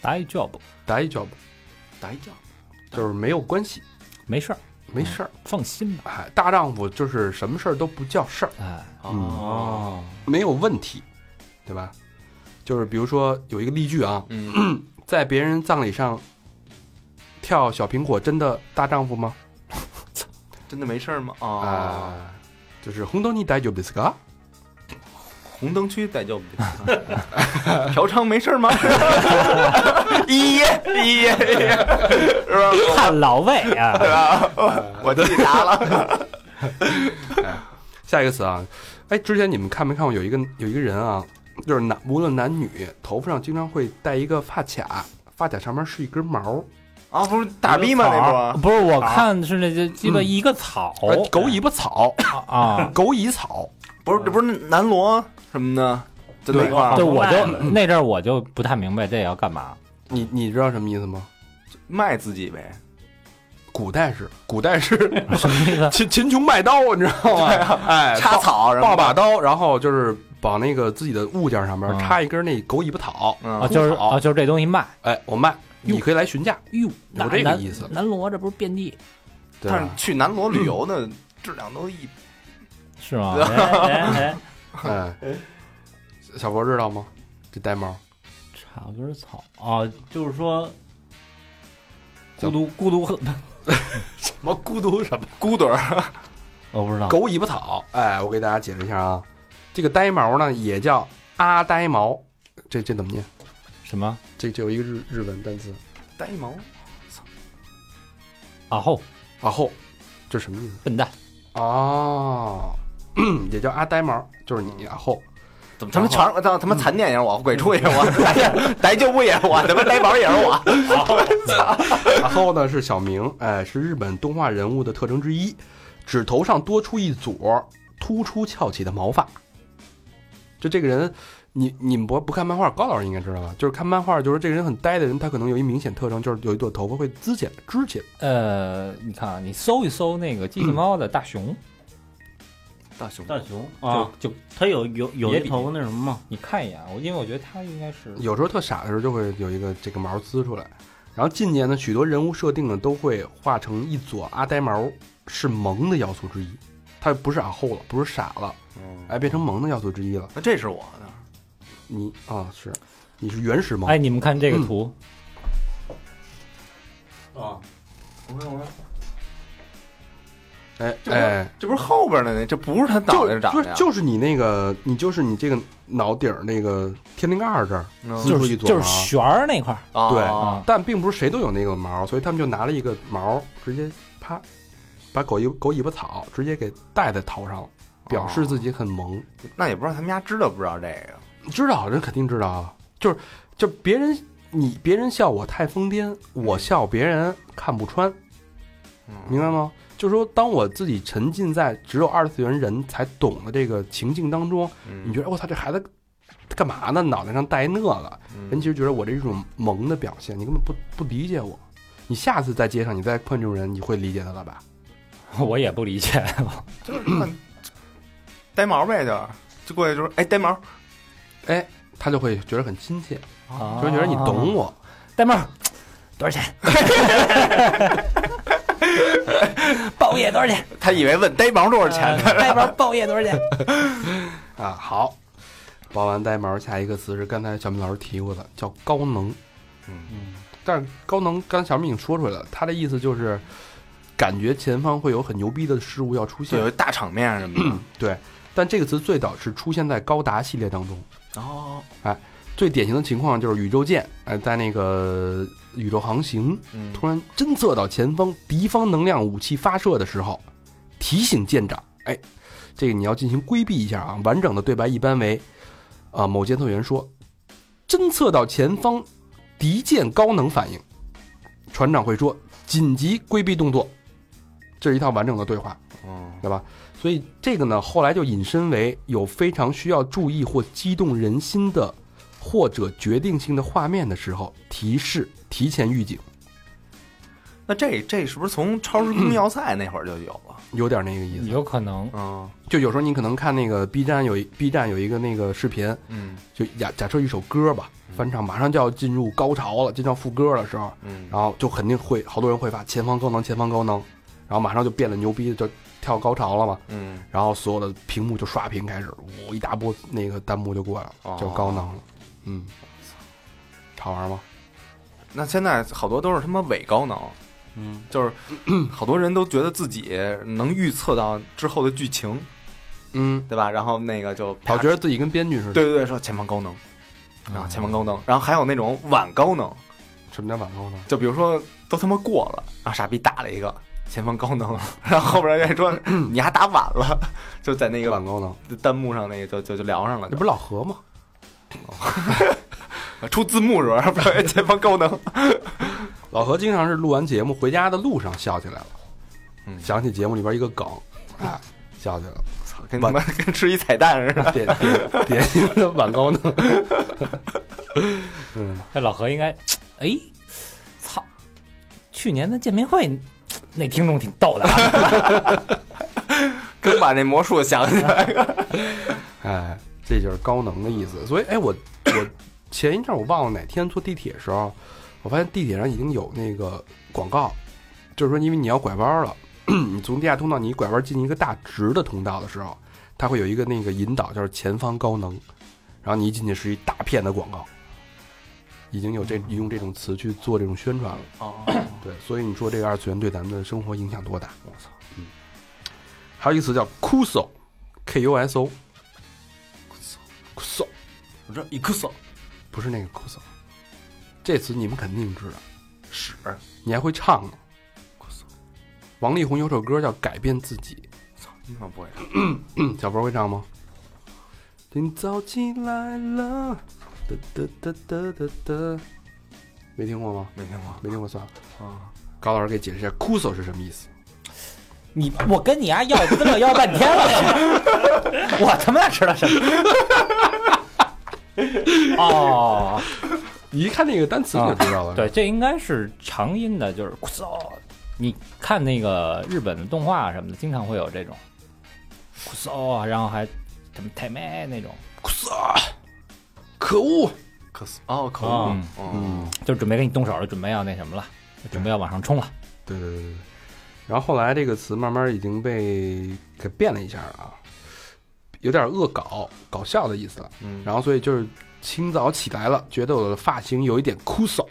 S2: 大一 job
S4: 大丈夫，
S3: 打一仗，
S4: 就是没有关系，
S2: 没事儿，
S4: 没事儿。
S2: 放心吧，
S4: 哎，大丈夫就是什么事儿都不叫事儿，
S2: 哎，
S3: 哦，
S4: 没有问题，对吧？就是比如说有一个例句啊，
S3: 嗯，
S4: 在别人葬礼上跳小苹果，真的大丈夫吗？
S3: 真的没事儿吗？
S4: 啊、
S3: 啊，
S4: 就是红豆你大丈夫ですか？
S3: 红灯区逮就 嫖娼没事 儿吗？一耶一耶一耶，是吧？
S2: 看老魏 啊，
S3: 对吧？ 我我自己答了，
S4: 下一个词啊，哎，之前你们看没看过有一个有一个人啊，就是男无论男女，头发上经常会戴一个发卡，发卡上面是一根毛，
S3: 啊，不是打逼吗？那不
S2: 不是，我看是那这鸡巴一个草
S4: 啊
S3: 哦
S4: 哎狗尾 巴草，
S2: 啊，
S4: 狗尾草，
S3: 不是，这不是南锣什么的，就那块
S4: 啊
S2: 对，
S3: 儿
S2: 我就那阵儿我就不太明白这要干嘛，
S4: 你你知道什么意思吗？
S3: 卖自己呗。
S4: 古代是古 代是？
S2: 什么意思
S4: 秦秦琼卖刀，你知道吗？
S3: 啊
S4: 哎，
S3: 插草什么
S4: 抱
S3: 的
S4: 把刀，然后就是往那个自己的物件上面
S2: 嗯
S4: 插一根那狗尾巴草。
S2: 啊，
S3: 嗯，
S2: 就是
S4: 草
S2: 啊，就是这东西卖。
S4: 哎，我卖，
S2: 哟
S4: 你可以来询价，
S2: 哟，
S4: 有这个意思
S2: 南锣这不是遍地
S4: 对啊
S3: 但是
S4: 吧？
S3: 去南锣旅游的质量都一，
S2: 是吗？
S3: 对
S5: 哎哎 哎，
S4: 哎，小博知道吗？这呆猫
S5: 插根草啊，就是说孤独孤独和
S4: 什么孤独什么
S3: 孤墩儿，
S5: 我不知道
S4: 狗尾巴草？哎，我给大家解释一下啊，这个呆毛呢也叫阿呆毛，这这怎么念？
S2: 什么
S4: 这这有一个日日文单词，
S3: 呆毛，
S2: 啊后
S4: 啊后，这什么意思？
S2: 笨蛋，
S4: 哦， 也叫阿呆毛，就是你啊后。
S3: 怎么他妈全是我操他妈残念也是我，鬼畜也是 我，逮鹫不也是我，他妈逮宝也是我。
S4: 然后呢是小明，哎，是日本动画人物的特征之一，指头上多出一撮突出翘起的毛发。就这个人，你你们不不看漫画，高老师应该知道吧？就是看漫画，就是这个人很呆的人，他可能有一明显特征，就是有一朵头发会支起来，支起来。
S2: 呃，你看啊，你搜一搜那个机器猫的大熊，
S3: 大熊
S5: 大熊啊，
S2: 就就
S5: 他有有有
S2: 也
S5: 一
S2: 比
S5: 头那什么吗？
S2: 你看一眼啊，我因为我觉得它应该是
S4: 有时候特傻的时候就会有一个这个毛滋出来。然后近年呢，许多人物设定呢都会画成一撮阿呆毛，是萌的要素之一。他不是阿后了，不是傻了，哎，变成萌的要素之一了。
S3: 嗯那这是我的，
S4: 你啊、是，你是原始萌。
S2: 哎，你们看这个图，
S5: 啊，
S4: 哎
S3: 这不是
S4: 哎，
S3: 这不是后边的呢，这不是他脑袋上
S4: 就
S3: 长
S4: 不
S3: 的
S4: 是
S3: 呀，
S4: 就是你那个，你就是你这个脑顶儿那个天灵盖儿这儿
S3: 嗯
S4: 滋
S2: 就
S4: 出
S2: 是
S4: 一
S5: 啊
S4: 撮
S2: 就
S4: 毛。
S2: 是旋儿那块儿，
S3: 啊
S4: 对
S3: 啊
S4: 但并不是谁都有那个毛，所以他们就拿了一个毛，直接啪，把狗尾狗尾巴草直接给戴在头上了，表
S3: 哦
S4: 示自己很萌。
S3: 那也不知道他们家知道不知道这个。
S4: 知道人肯定知道啊，就是就别人你别人笑我太疯癫，我笑别人看不穿，明白吗？就是说，当我自己沉浸在只有二次元人才懂的这个情境当中，你觉
S3: 得
S4: 得哦我操，这孩子干嘛呢？脑袋上戴一那个，
S3: 嗯
S4: 人其实觉得我这是一种萌的表现，你根本不不理解我。你下次在街上你再碰这种人，你会理解他了吧？
S2: 我也不理解。
S3: 就是
S4: 嗯
S3: 看呆毛呗，就是就过去就是哎呆毛，
S4: 哎，他就会觉得很亲切，
S2: 啊
S4: 就会觉得你懂我。
S2: 呆帽儿多少钱？报业多少钱？
S3: 他以为问呆毛多少
S4: 哎
S3: 钱呢？
S2: 呆帽儿报业多少钱？
S4: 啊，好，包完呆毛，下一个词是刚才小明老师提过的，叫高能。
S3: 嗯，
S4: 但是高能，刚才小明已经说出来了，他的意思就是感觉前方会有很牛逼的事物要出
S3: 就有
S4: 现
S3: 一。大场面什么
S4: 对，但这个词最早是出现在高达系列当中。哎
S3: 的。哦，
S4: 最典型的情况就是宇宙舰，哎，在那个宇宙航行，
S3: 嗯
S4: 突然侦测到前方敌方能量武器发射的时候，提醒舰长，哎，这个你要进行规避一下啊。完整的对白一般为，啊、某监测员说，侦测到前方敌舰高能反应，船长会说紧急规避动作，这是一套完整的对话，
S3: 嗯
S4: 对吧？所以这个呢，后来就引申为有非常需要注意或激动人心的，或者决定性的画面的时候，提示提前预警。
S3: 那这这是不是从超时空要塞那会儿就有了？
S4: 有点那个意思。
S2: 有可能
S3: 嗯
S4: 就有时候你可能看那个 B 站有一 B 站有一个那个视频，
S3: 嗯
S4: 就假假设一首歌吧，翻唱马上就要进入高潮了，进到副歌的时候，
S3: 嗯
S4: 然后就肯定会好多人会发前方高能，前方高能，然后马上就变得牛逼，就跳高潮了嘛。
S3: 嗯，
S4: 然后所有的屏幕就刷屏开始，我一大波那个弹幕就过来
S3: 哦
S4: 了，就高能了。嗯，好玩吗？
S3: 那现在好多都是他妈伪高能，
S5: 嗯，
S3: 就是 好多人都觉得自己能预测到之后的剧情，
S4: 嗯，
S3: 对吧？然后那个就
S4: 老觉得自己跟编剧似的。
S3: 对对对，说前方高能啊，前方高能，然后还有那种晚高能，
S4: 什么叫晚高能？
S3: 就比如说都他妈过了，然后傻逼打了一个前方高能， 然后后边人家说你还打晚了， 就在那
S4: 晚
S3: 个
S4: 高能，
S3: 弹幕上那个就就就聊上了，
S4: 这不是老何吗？
S3: 就出字幕时候 前方高能，
S4: 老何经常是录完节目回家的路上笑起来了，
S3: 嗯
S4: 想起节目里边一个梗，啊，笑起来了，
S3: 操跟他妈跟吃一彩蛋似的。
S4: 典典典型的晚高能。嗯，
S2: 这老何应该， 哎，操，去年的见面会那听众挺逗的啊，
S3: 跟把那魔术想起来，
S4: 哎，这就是高能的意思。所以，哎，我我前一阵儿我忘了哪天坐地铁的时候，我发现地铁上已经有那个广告，就是说，因为你要拐弯了， 你从地下通道你一拐弯进一个大直的通道的时候，它会有一个那个引导，就是前方高能，然后你一进去是一大片的广告，已经有这用这种词去做这种宣传了。 对，所以你说这个二次元对咱们的生活影响多大？我操！嗯，还有一个词叫 “kuso”，k u s o，kuso，
S3: 我这一咳嗽，
S4: 不是那个 kuso，这词你们肯定知道，
S3: 屎
S4: 你还会唱呢。王力宏有首歌叫《改变自己》，
S3: 经常不会唱。
S4: 嗯小博会唱吗？今早起来了，哒哒哒哒哒哒，没听过吗？
S3: 没听过
S4: 没听过算了。
S3: 啊，
S4: 高老师给解释一下 “kuso” 是什么意思？
S5: 你我跟你啊要资料要半 天了，我他妈知道什么？哦，
S4: 你一看那个单词你就知道了。
S2: 对，这应该是长音的，就是咕嗖。你看那个日本的动画什么的，经常会有这种咕嗖啊，然后还什么太妹那种，
S4: 可恶！
S3: 可死哦，可
S5: 啊
S3: 恶
S2: 嗯，
S3: 哦，
S2: 就准备跟你动手了，准备要那什么了，准备要往上冲了。
S4: 对对对对对。然后后来这个词慢慢已经被给变了一下啊，有点恶搞、搞笑的意思了。
S3: 嗯，
S4: 然后所以就是清早起来了，觉得我的发型有一点枯燥，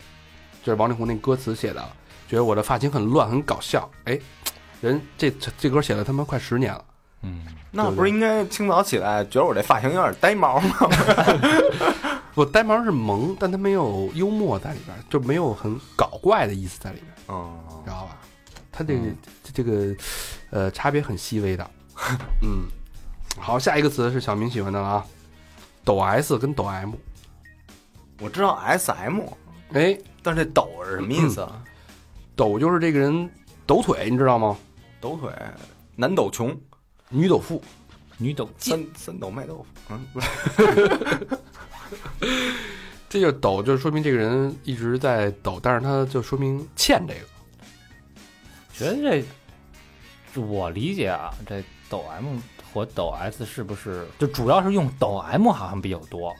S4: 这是王力宏那歌词写的，啊觉得我的发型很乱，很搞笑。哎，人这这这歌写了他妈快十年了，
S2: 嗯，
S3: 那不是应该清早起来觉得我这发型有点呆毛吗？
S4: 我呆毛是萌，但他没有幽默在里边，就没有很搞怪的意思在里边，
S3: 嗯
S4: 知道吧？嗯他这个、这个呃差别很细微的。 嗯，好，下一个词是小明喜欢的了啊，抖 S 跟抖 M。
S3: 我知道 S M，
S4: 哎，
S3: 但是这抖是什么意思啊？
S4: 抖就是这个人抖腿，你知道吗？
S3: 抖腿，男抖穷，
S4: 女抖妇。
S2: 女抖
S3: 三三抖卖豆腐。嗯，不是
S4: 这就抖，就是说明这个人一直在抖，但是他就说明欠这个。
S2: 觉得这我理解啊，这抖 M 和抖 S 是不是就主要是用抖 M 好像比较多？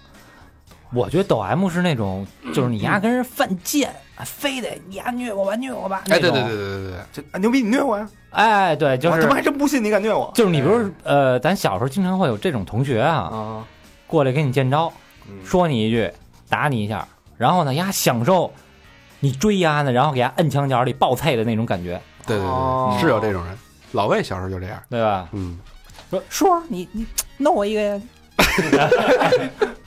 S2: 我觉得抖 M 是那种，就是你丫跟人犯贱，啊非得你丫虐我吧，虐我吧。那
S4: 哎，对
S2: 种
S4: 对对，对对对，
S3: 这啊牛逼，你虐我呀！
S2: 哎，对，就
S3: 我他
S2: 是
S3: 妈还真不信你敢虐我
S2: 就是你不是
S4: 哎
S2: 呃，咱小时候经常会有这种同学
S4: 嗯
S2: 啊，
S3: 啊！
S2: 过来给你见招，
S3: 嗯
S2: 说你一句，打你一下，然后呢，丫享受你追丫呢，然后给丫摁墙角里爆菜的那种感觉，
S4: 对对
S3: 哦
S4: 对，是有这种人。老魏小时候就这样，
S2: 对 吧？
S4: 嗯，
S2: 说叔，你你弄我一个呀，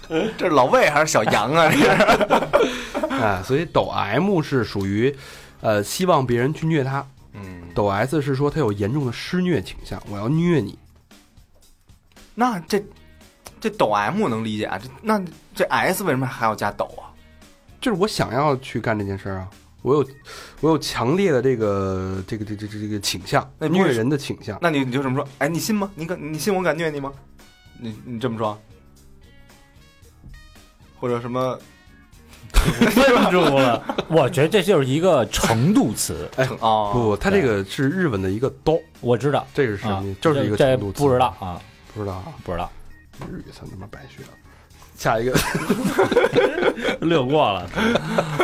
S3: 这是老魏还是小杨啊？这是
S4: 哎，所以抖 M 是属于，呃，希望别人去虐他；
S3: 嗯，
S4: 抖 S 是说他有严重的施虐倾向，我要虐你。
S3: 那这这抖 M 能理解啊？这那这 S 为什么还要加抖啊？
S4: 就是我想要去干这件事儿啊，我有我有强烈的这个这个这个、这个、这个倾向，
S3: 那不会
S4: 虐
S3: 是
S4: 人的倾向。
S3: 那你你就这么说？哎，你信吗？你敢你信我敢虐你吗？你你这么说，或者什么？
S2: 问住了。我觉得这就是一个程度词，
S3: 哦，
S4: 不，他这个是日本的一个刀，
S2: 我知道
S4: 这个是什
S2: 啊
S4: 么意思？，就是一个
S2: 这
S4: 程度词
S2: 不知道，啊，
S4: 不知道啊。
S2: 不知道，
S4: 日语，操他妈白学了。下一个，
S5: 略过了。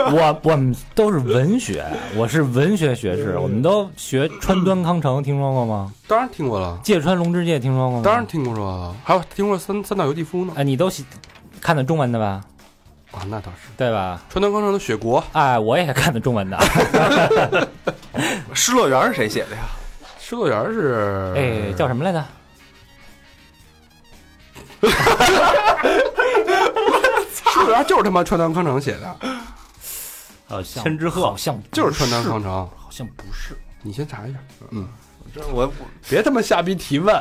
S2: 我我们都是文学， 我是文学学
S4: 嗯
S2: 士，我们都学川端康成，听说过吗？
S4: 当然听过了，
S2: 芥川龙之介听说过吗？
S4: 当然听过了，还有听过三三岛由纪夫呢。
S2: 哎，你都喜看的中文的吧？哎
S4: 啊，那倒是，
S2: 对吧？
S4: 川端康成的《雪国》，
S2: 哎，我也看的中 文的。
S3: 《失乐园》是谁写的呀？
S4: 失乐园是
S2: 哎，叫什么来着？
S4: 么？失乐园就是他妈川端康成写的，
S5: 呃，千之鹤
S2: 好像不
S4: 就是川端康成。
S5: 好像不是，
S4: 你先查一下，嗯
S3: 这我我
S4: 别他妈瞎逼提问。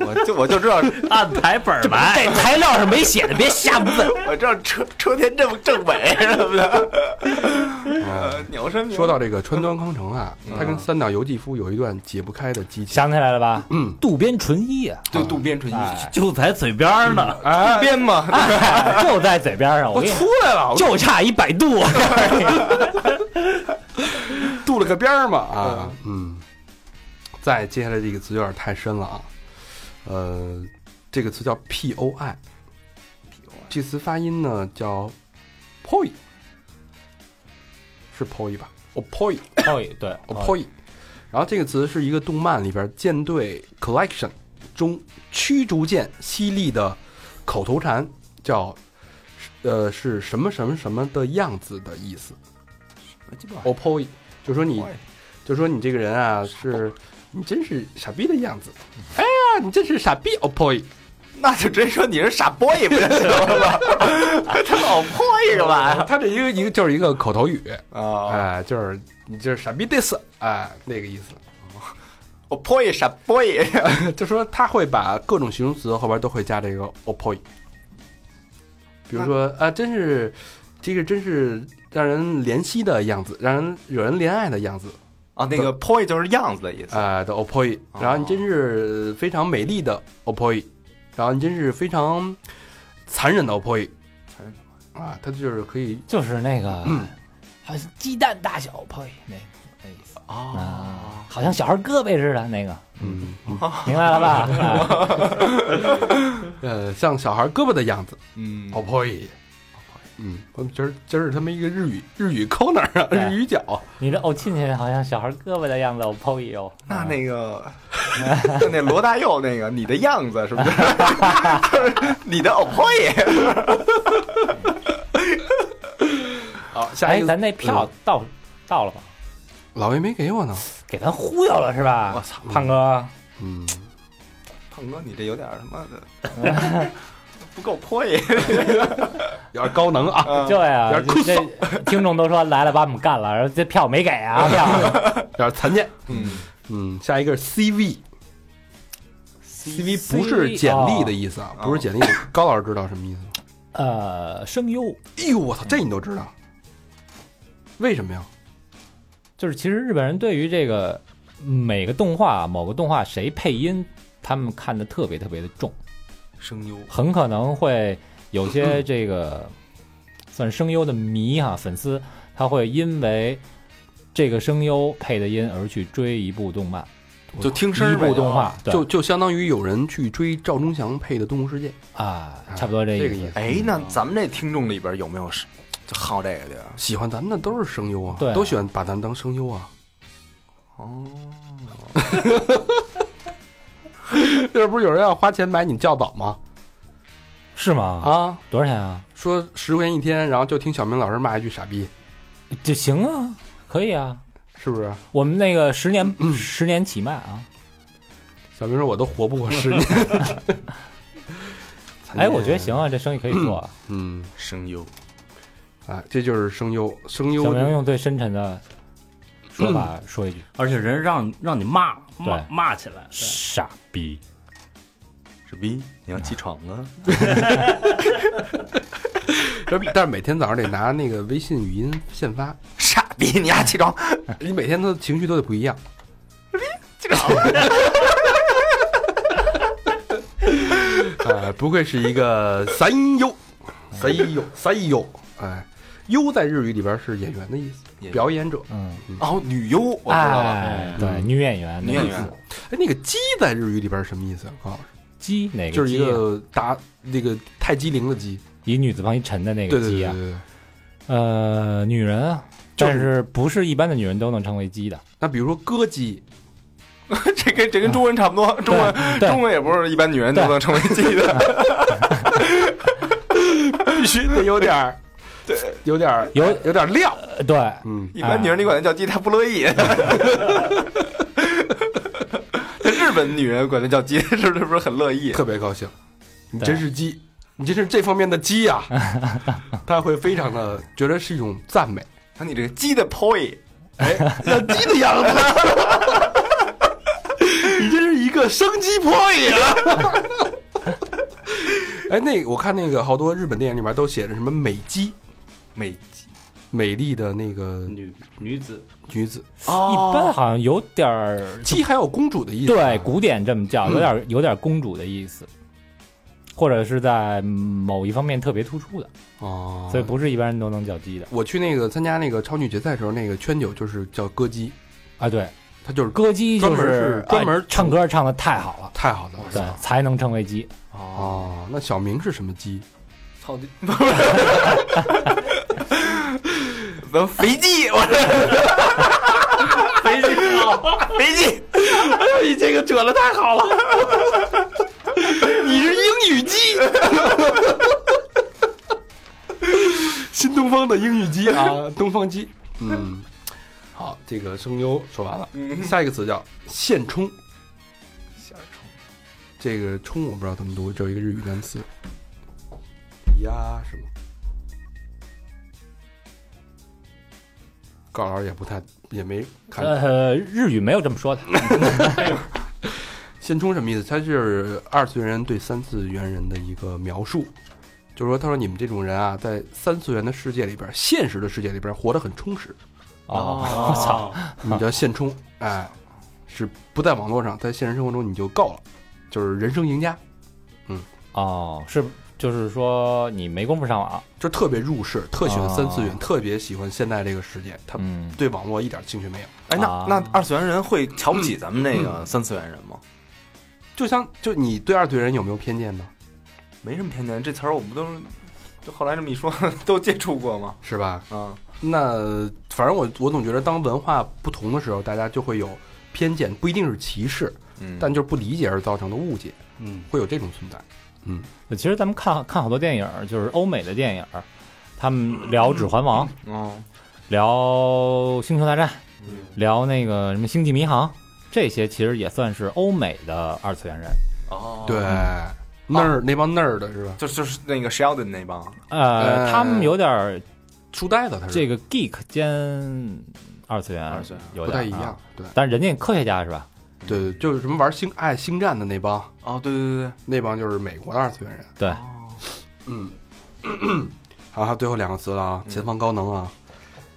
S3: 我就我就知道，
S5: 按台本儿来。
S2: 这材料是没写的，别瞎问。
S3: 我知道车车田正正 美什么的，呃，鸟山明
S4: 说到这个川端康成啊，他跟三岛由纪夫有一段解不开的激情。
S2: 想起来了吧？
S4: 嗯，
S2: 渡边淳一啊，
S3: 对渡边淳一，
S2: 哎
S5: 就在嘴边儿呢，
S2: 嗯
S3: 渡边嘛，
S2: 哎就在嘴边上，我
S4: 我
S2: 跟你
S4: 出来了，我
S2: 就差一百度。
S4: 渡了个边儿嘛啊，嗯。再接下来这个词有点太深了啊，呃，这个词叫 P O I，这词发音呢叫 poi，是 poi 吧？哦 poi，
S2: 哦，对，
S4: 哦 poi。然后这个词是一个动漫里边舰队 collection 中驱逐舰犀利的口头禅，叫呃是什么什么什么的样子的意思。哦 poi，就说你
S3: poi，
S4: 就说你这个人啊是。你真是傻逼的样子，哎呀，你真是傻逼哦 poi，
S3: 那就直接说你是傻 boy 不就行了 吗？他老 boy 干嘛呀？
S4: 他这一个一个就是一个口头语，
S3: 啊，
S4: 哎，就是你就是傻逼哎 this，哎，那个意思。
S3: 我破译啥破译？
S4: 就说他会把各种形容词后边都会加这个 oppo，比如说啊，真是这个真是让人怜惜的样子，让人惹人怜爱的样子
S3: 啊，那个破译就是样子的意思。
S4: 啊、的 oppo，
S3: 哦
S4: 然后你真是非常美丽的 oppo，然后你真是非常残忍的 oppo，
S3: 残忍
S4: 啊，他就是可以嗯
S2: 就是那个，好像鸡蛋大小，呸，那个那意思啊，好像小孩胳膊似的那 个，
S4: 嗯
S2: 明白了吧？啊
S4: 呃像小孩胳膊的样子
S3: 嗯，
S4: oppo。嗯，我们今儿今儿是他们一个日语日语 corner 啊，
S2: 对
S4: 日语角，
S2: 你的偶亲戚好像小孩胳膊的样子，我剖一哦。
S3: 那那 个，那那罗大佑那个，你的样子是 不是？就是你的哦 OPPO
S4: 好，下
S2: 哎
S4: 一，个
S2: 咱那票到到了吧？
S4: 老魏没给我呢。
S2: 给咱忽悠了是吧？
S3: 我操
S2: 胖哥，
S4: 嗯，
S3: 胖哥，你这有点什么的， 不够破译。
S4: 有点高能
S3: 嗯
S4: 啊，
S2: 对呀、
S4: 有点酷
S2: 这听众都说来了把我们干了，然后这票没给啊， 票
S4: 有点残念。
S3: 嗯，
S4: 嗯，下一个是 CV，CV 不是简历的意思啊，
S3: 哦
S4: 不是简历。高老师知道什么意思吗？
S2: 呃声优，
S4: 哎呦，我操，这你都知道？为什么呀？
S2: 就是其实日本人对于这个每个动画某个动画谁配音，他们看的特别特别的重，
S3: 声优
S2: 很可能会有 些这个算声优的迷哈、粉丝，他会因为这个声优配的音而去追一部动漫，
S3: 就听声
S2: 一
S3: 儿呗
S2: 部动画，对
S4: 就就相当于有人去追赵忠祥配的《动物世界》，
S2: 啊，差不多这
S4: 这
S2: 意
S4: 个
S2: 思。
S4: 意思。
S3: 哎，那咱们这听众里边有没有是就好这个的呀？
S4: 喜欢咱们的都是声优啊，
S2: 对啊
S4: 都喜欢把咱们当声优啊。
S3: 哦，
S4: 这不是有人要花钱买你们教导吗？
S2: 是吗？，
S4: 啊，
S2: 多少钱啊？
S4: 说十块钱一天，然后就听小明老师骂一句“傻逼
S2: 就行啊，可以啊。”，
S4: 是不是？
S2: 我们那个十年、 十年起卖啊！
S4: 小明说：“我都活不过十年。”
S2: 哎，我觉得行啊，这生意可以做啊。
S4: 嗯，
S3: 声优
S4: 啊，这就是声优，声
S2: 小
S4: 优
S2: 明用最深沉的说 法说一句：
S5: 而且人让让你骂骂
S2: 对
S5: 骂起来，对
S2: 傻逼。
S3: 是逼，你要起床啊？
S4: 这但是每天早上得拿那个微信语音现发，
S3: 傻逼，你要起床？
S4: 你每天的情绪都得不一样。呃，不愧是一个三优，三优，三优，哎，优在日语里边是演员的意思，
S3: 演员
S4: 表演者。
S2: 嗯，
S3: 哦，女优，我知道了，
S2: 哎，
S4: 嗯
S2: 对，女演员，
S3: 女演员
S4: 哎，那个鸡在日语里边是什么意思啊？高老师，
S2: 鸡哪个鸡啊？
S4: 就是一个打那个太机灵的鸡，
S2: 一女字旁一臣的那
S4: 对
S2: 个
S4: 对对
S2: 鸡
S4: 对
S2: 啊。
S4: 对。
S2: 呃，女人啊，
S4: 就是
S2: 但是不是一般的女人都能成为鸡的。
S4: 那比如说歌姬，
S3: 这跟这跟中文差不多，中文
S2: 对哎
S3: 中文也不是一般女人都能成为鸡 的，
S4: 必须得有点儿，对，有点儿
S2: 有
S4: 有点儿料，
S2: 呃对，
S4: 嗯，
S3: 一般女人你管她叫鸡，她不乐意。 日本女人管她叫鸡，是不是不是很乐意？
S4: 特别高兴。你
S2: 对
S4: 真是鸡，你真是这方面的 鸡呀、他会非常的觉得是一种赞美。
S3: 看你这个鸡的 E，poi，
S4: 像鸡的样子， 你真是一个生鸡 boy 啊！哎，那我看那个好多日本电影里面都写着什么美姬，
S3: 美鸡
S4: 美丽的那个
S5: 女女子
S4: 女子，
S2: 一般好像有点儿
S4: 鸡还有公主的哦意思嗯啊，
S2: 对，古典这么叫，有点有点公主的意思，或者是在某一方面特别突出的，
S4: 哦，
S2: 所以不是一般人都能叫鸡的
S4: 我去那个参加那个超女决赛的时候，那个圈九就是叫歌姬，
S2: 啊。对，
S4: 他就是歌
S2: 歌姬就
S4: 专门是专门
S2: 哎唱歌唱的太好了，
S4: 太好了，
S2: 对，才能成为鸡。
S3: 哦，
S4: 哦，那小明是什么鸡？
S3: 操你！怎么肥鸡？我
S4: 哎
S2: 哦
S4: 呦，
S3: 肥鸡，
S4: 你这个扯的太好了，你是英语鸡，新东方的英语鸡啊，东方鸡。嗯，好，这个声优说完了，下一个词叫现充。这个充我不知道怎么读，只有一个日语单词，抵押是吗？高老师也不太也没看。
S5: 呃，日语没有这么说的，
S4: 现充什么意思？它是二次元人对三次元人的一个描述，就是说，他说你们这种人啊，在三次元的世界里边，现实的世界里边活得很充实，
S2: 哦，
S5: 我操，
S4: 你叫现充，哎，是不在网络上，在现实生活中你就够了，就是人生赢家，
S2: 哦，是就是说你没工夫上网，
S4: 就特别入世，特喜欢三次元，
S2: 哦
S4: 特别喜欢现在这个世界，他
S2: 嗯，
S4: 对网络一点兴趣没有。
S3: 哎，那
S2: 啊
S3: 那二次元人会瞧不起咱们这个三次元人吗？
S4: 就像就你对二次元人有没有偏见呢？
S3: 没什么偏见，这词儿我们都是，就后来这么一说 都接触过嘛。
S4: 是吧？
S3: 啊，
S4: 那反正我我总觉得，当文化不同的时候，大家就会有偏见，不一定是歧视，
S3: 嗯
S4: 但就是不理解而造成的误解，
S1: 嗯，
S4: 会有这种存在。
S2: 其实咱们看看好多电影儿，就是欧美的电影儿，他们聊《指环王》，
S3: 哦，
S2: 聊《星球大战》，聊那个什么《星际迷航》，这些其实也算是欧美的二次元人。
S3: 哦
S4: 对，那儿那帮那儿的是吧？
S3: 就就是那个 Sheldon 那帮，
S2: 呃，
S4: 呃
S2: 他们有点儿
S4: 书呆子他是
S2: 这个 geek 兼二次元，
S3: 二次元
S2: 有
S4: 不
S2: 点儿
S4: 太一
S2: 啊
S4: 样。，对
S2: 但是人家科学家是吧？
S4: 对，对就是什么玩星爱星战的那帮，
S3: 哦，对对对
S4: 那帮就是美国的二次元人。
S2: 对，
S4: 嗯，好，还有最后两个词了啊，前方高能啊，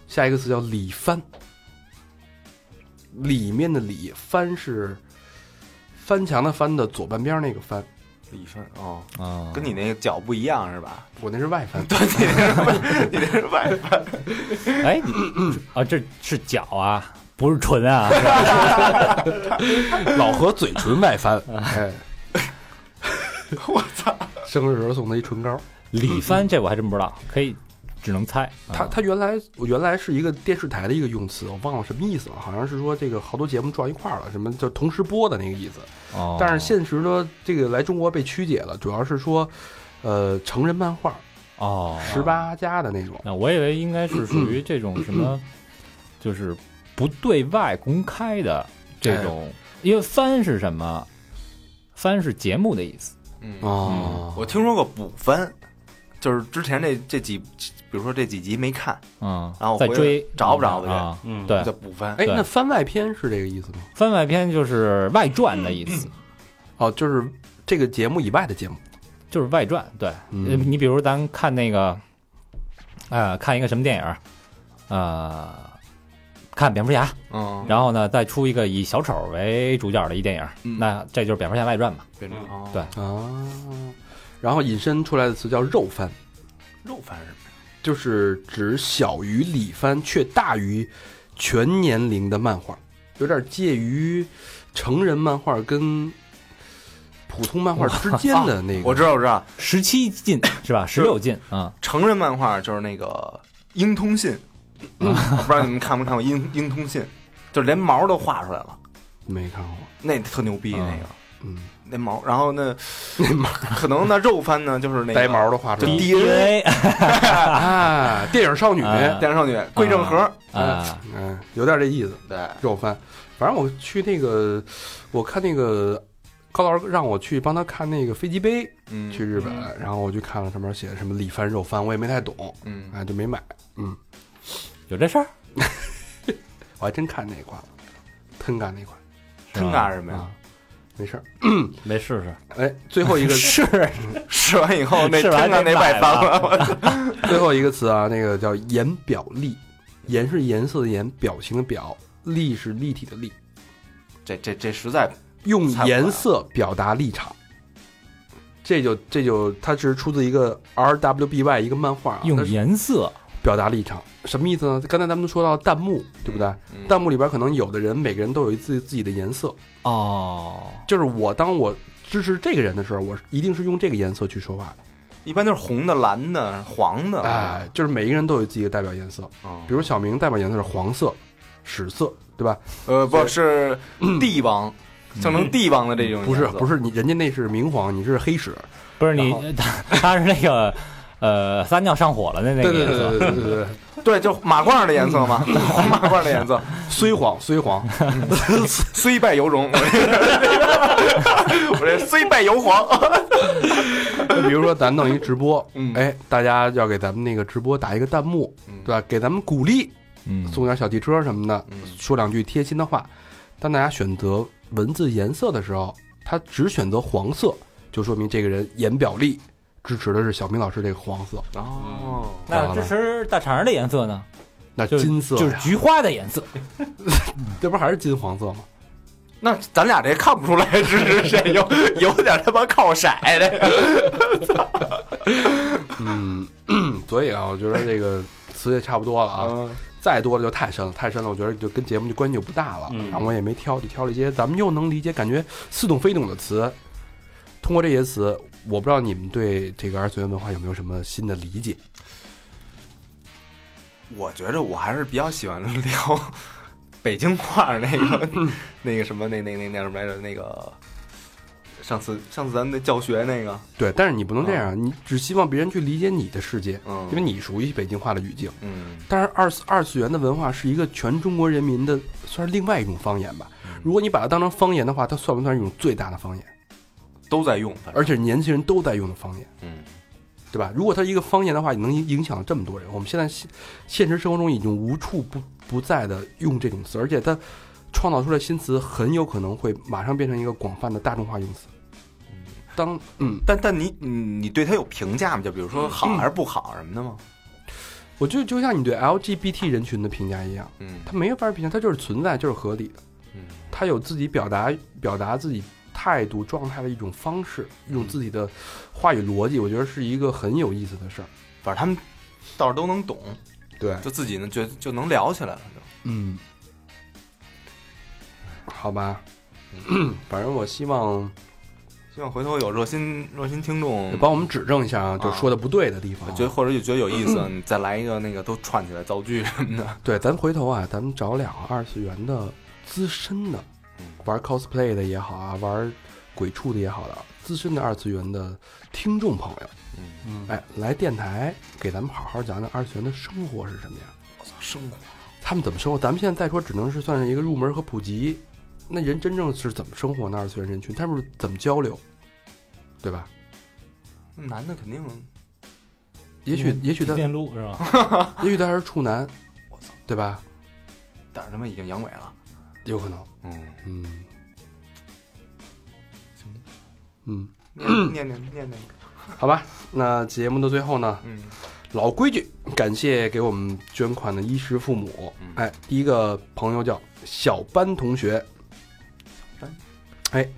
S4: 下一个词叫里帆，里面的里帆是翻墙的翻的左半边那个帆，
S3: 对，李帆哦，
S2: 嗯，
S3: 跟你那个脚不一样是吧？
S4: 我那是外翻，
S3: 你那是外翻，
S2: 哎 啊，这是脚啊，不是唇啊。是吧
S4: 老何嘴 唇外翻， 哎，我操，生日时候送他一唇膏，
S2: 李
S3: 嗯
S2: 帆这我还真不知道，可以只能猜。啊
S4: 他他原来我原来是一个电视台的一个用词，我忘了什么意思了，好像是说这个好多节目撞一块儿了，什么就同时播的那个意思。
S2: 哦，
S4: 但是现实呢，这个来中国被曲解了，主要是说，呃，成人漫画
S2: 哦，
S4: 十八加的那种，
S2: 那我以为应该是属于这种 什么，就是不对外公开的
S3: 哎
S2: 这种，因为番是什么？番是节目的意思。
S3: 嗯
S4: 哦
S3: 我听说过补番，就是之前这这几，比如说这几集没看，
S2: 嗯，
S3: 然后
S2: 再
S3: 回来
S2: 追
S3: 找不着的人
S2: 啊。
S1: 嗯
S2: 对
S3: 叫，补番。
S4: 哎，
S2: 对
S4: 那番外篇是这个意思吗？
S2: 番外篇就是外传的意思，
S3: 嗯
S4: 哦，就是这个节目以外的节目，
S2: 就是外传。对，
S4: 嗯
S2: 呃你比如咱看那个，呃，看一个什么电影儿，呃，看蝙蝠侠，
S3: 嗯，
S2: 然后呢再出一个以小丑为主角的一电影儿，
S3: 嗯
S2: 那这就是蝙蝠侠外传嘛。
S3: 变成哦
S2: 对
S4: 啊，然后引申出来的词叫肉番，
S3: 肉番是什么呀？
S4: 就是指小于里番却大于全年龄的漫画，有点介于成人漫画跟普通漫画之间的那个。
S3: 我知道，我知道，
S2: 十七禁 是吧？十六禁啊，
S3: 成人漫画就是嗯那个《鹰通信》我不知道你们看没看过《鹰鹰通信》，就是连毛都画出来了，
S4: 没看过，
S3: 那特牛逼
S2: 嗯
S3: 那个
S4: 嗯，
S3: 那毛。然后 呢，那毛可能那肉番呢就是那个
S4: 呆毛的画出
S3: 就
S4: 来
S3: DNA
S4: 啊，电影少女，
S2: 啊
S3: 电视少女桂正和，
S2: 啊，
S4: 嗯，有点这意思，
S3: 对，
S4: 肉番。反正我去那个，我看那个高老师让我去帮他看那个飞机杯，
S3: 嗯，
S4: 去日本，然后我去看了上面写的什么里番肉番，我也没太懂，
S3: 嗯，
S4: 哎，就没买。
S2: 有这事儿？
S4: 我还真看那一款了，腾嘎那款
S3: 听干什么呀
S4: 啊？，没事儿。
S2: 没试试？
S4: 哎，最后一个
S2: 是
S3: 试完以后那
S2: 试
S3: 听
S2: 完
S3: 干
S2: 得
S3: 那
S2: 买
S3: 外翻了， 我操
S4: 最后一个词啊，那个叫颜表例，颜是颜色的颜，表情的表，例是立体的例，
S3: 这这这实在
S4: 用
S3: 猜不出来
S4: 颜色表达立场。这就这就，它是出自一个 R W B Y 一个漫画、啊，它
S2: 用
S4: 是
S2: 颜色
S4: 表达立场，什么意思呢？刚才咱们都说到弹幕，对不对？
S3: 嗯
S4: 弹幕里边可能有的人，每个人都有一自自己的颜色，
S2: 哦，
S4: 就是我当我支持这个人的时候，我一定是用这个颜色去说话
S3: 一般都是红的、蓝的、黄的，
S4: 的。
S2: 啊
S4: 哎，，就是每一个人都有自己的代表颜色，
S3: 嗯
S4: 比如小明代表颜色是黄色、屎色，对吧？
S3: 呃，不是帝王，象征帝王的这种，
S4: 不是，嗯不
S3: 是，
S4: 是你人家那是明黄，你是黑屎。
S2: 不是
S4: 然后
S2: 你，他 他是那个呃撒尿上火了的那个
S4: 对
S2: 颜
S4: 对
S2: 色
S4: 对对对对对，
S3: 对，就马褂的颜色嘛，
S4: 嗯
S3: 红马褂的颜 色，
S4: 虽黄虽 黄，
S3: 虽败犹荣，我 这我这虽败犹黄，
S4: 就比如说咱弄一直播，
S3: 嗯
S4: 哎，大家要给咱们那个直播打一个弹幕，
S3: 嗯
S4: 对吧？给咱们鼓励，
S6: 嗯，
S4: 送点小汽车什么的，
S3: 嗯
S4: 说两句贴心的话。当大家选择文字颜色的时候，他只选择黄色，就说明这个人言表力支持的是小明老师这个黄色。
S3: 哦，
S5: 那支持大肠的颜色呢？
S4: 那
S5: 就是
S4: 金色
S5: 就是
S4: 呀
S5: 菊花的颜色。
S4: 这不还是金黄色吗？
S3: 那咱俩这看不出来支持谁，有有点他妈靠色的。
S4: 嗯， 所以啊，我觉得这个词也差不多了啊。
S3: 嗯
S4: 再多了就太深了，太深了，我觉得就跟节目就关系就不大了。
S5: 嗯
S4: 然后我也没挑，就挑了一些咱们又能理解、感觉似懂非懂的词。通过这些词，我不知道你们对这个二次元文化有没有什么新的理解？
S3: 我觉着我还是比较喜欢聊北京话那个 那个什么那那那那什么来着那个。上次上次咱们那教学那个，
S4: 对，但是你不能这样，你只希望别人去理解你的世界，
S3: 嗯，
S4: 因为你属于北京话的语境。
S3: 嗯，
S4: 但是二次二次元的文化是一个全中国人民的，算是另外一种方言吧。如果你把它当成方言的话，它算不算一种最大的方言？
S3: 都在用，反正
S4: 而且是年轻人都在用的方言。
S3: 嗯
S4: 对吧？如果它一个方言的话，你能影影响这么多人。我们现在现现实生活中已经无处不不在的用这种词，而且它创造出来新词，很有可能会马上变成一个广泛的大众化用词。当嗯，
S3: 但但你你你对他有评价吗？就比如说好还是不好什么的吗？
S4: 我就就像你对 LGBT 人群的评价一样，
S3: 嗯
S4: 它没有法评价，它就是存在，就是合理的。
S3: 嗯，
S4: 它有自己表达表达自己态度状态的一种方式，一种自己的话语逻辑，我觉得是一个很有意思的事儿。
S3: 反正他们倒是都能懂，
S4: 对，
S3: 就自己呢觉得就能聊起来了。就
S4: 嗯，好吧，
S3: 嗯
S4: 反正我希望
S3: 希望回头有热心热心听众，
S4: 帮我们指正一下啊，就
S3: 嗯啊嗯
S4: 说的不对的地方啊。
S3: 觉得或者就觉得有意思，你再来一个那个都串起来造句什么的。
S4: 对，咱回头啊，咱们找两个二次元的资深的，
S3: 嗯
S4: 玩 cosplay 的也好啊，玩鬼畜的也好的，资深的二次元的听众朋友，
S3: 嗯，
S4: 哎，来电台给咱们好好讲讲二次元的生活是什么样。
S3: 生活
S4: 他们怎么生活？咱们现在再说，只能是算是一个入门和普及。那人真正是怎么生活呢？二次元人群他们是怎么交流，对吧？
S3: 男的肯定
S4: 也许，也许他，
S2: 电路是吧？
S4: 也许他还是处男，对吧？
S3: 但是他妈已经阳痿了。
S4: 有可能，
S3: 嗯，
S4: 嗯，嗯，
S3: 念念念念念，
S4: 好吧。那节目的最后呢，
S3: 嗯，
S4: 老规矩，感谢给我们捐款的衣食父母
S3: 嗯。
S4: 哎，第一个朋友叫小班同学，
S3: 班
S4: 哎，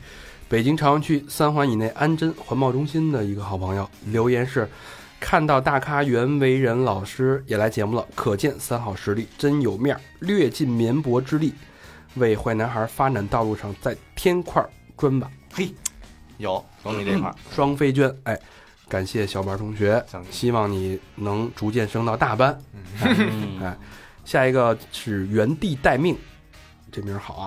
S4: 北京朝阳区三环以内安贞环保中心的一个好朋友
S3: 嗯
S4: 留言是：看到大咖袁惟仁老师也来节目了，可见三好实力真有面儿，略尽绵薄之力，为坏男孩发展道路上再添块砖吧。
S3: 有有你这块儿，
S4: 双飞娟，哎，感谢小班同学
S3: 想，
S4: 希望你能逐渐升到大班。
S5: 嗯
S4: 哎，下一个是原地待命，这名儿好啊。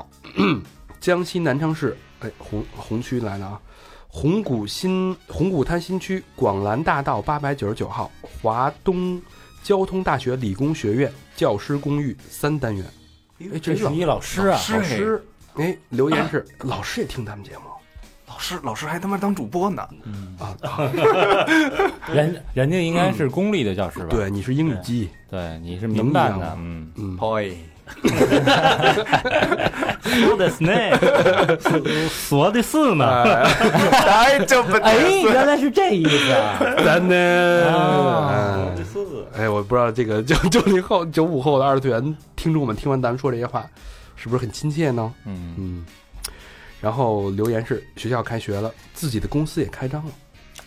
S4: 江西南昌市，哎，红红区来了啊，红谷新红谷滩新区广兰大道八百九十九号华东交通大学理工学院教师公寓三单元。
S3: 嗯
S2: 这
S4: 哎，真
S2: 是
S4: 老
S2: 一老师啊，
S4: 老师，哎，留言是老师也听咱们节目
S3: 老师老师还他妈当主播呢。
S4: 啊？
S2: 人人家应该是公立的教师吧？
S4: 嗯对，你是英语机，
S2: 对，你是民办
S4: 能一
S2: 的
S4: 样，
S2: 嗯，
S4: 嗯，
S3: Boy，
S5: 说的是 呢，说的是
S2: 啊
S5: 呢。
S3: 哎，这不
S5: 哎，原来是这意思啊！
S4: 咱呢
S5: 啊？
S4: 嗯哎，我不知道这个 九九零后、九五后的二次元听众们听完咱们说这些话，是不是很亲切呢？
S2: 嗯，
S4: 嗯。然后留言是：学校开学了，自己的公司也开张了。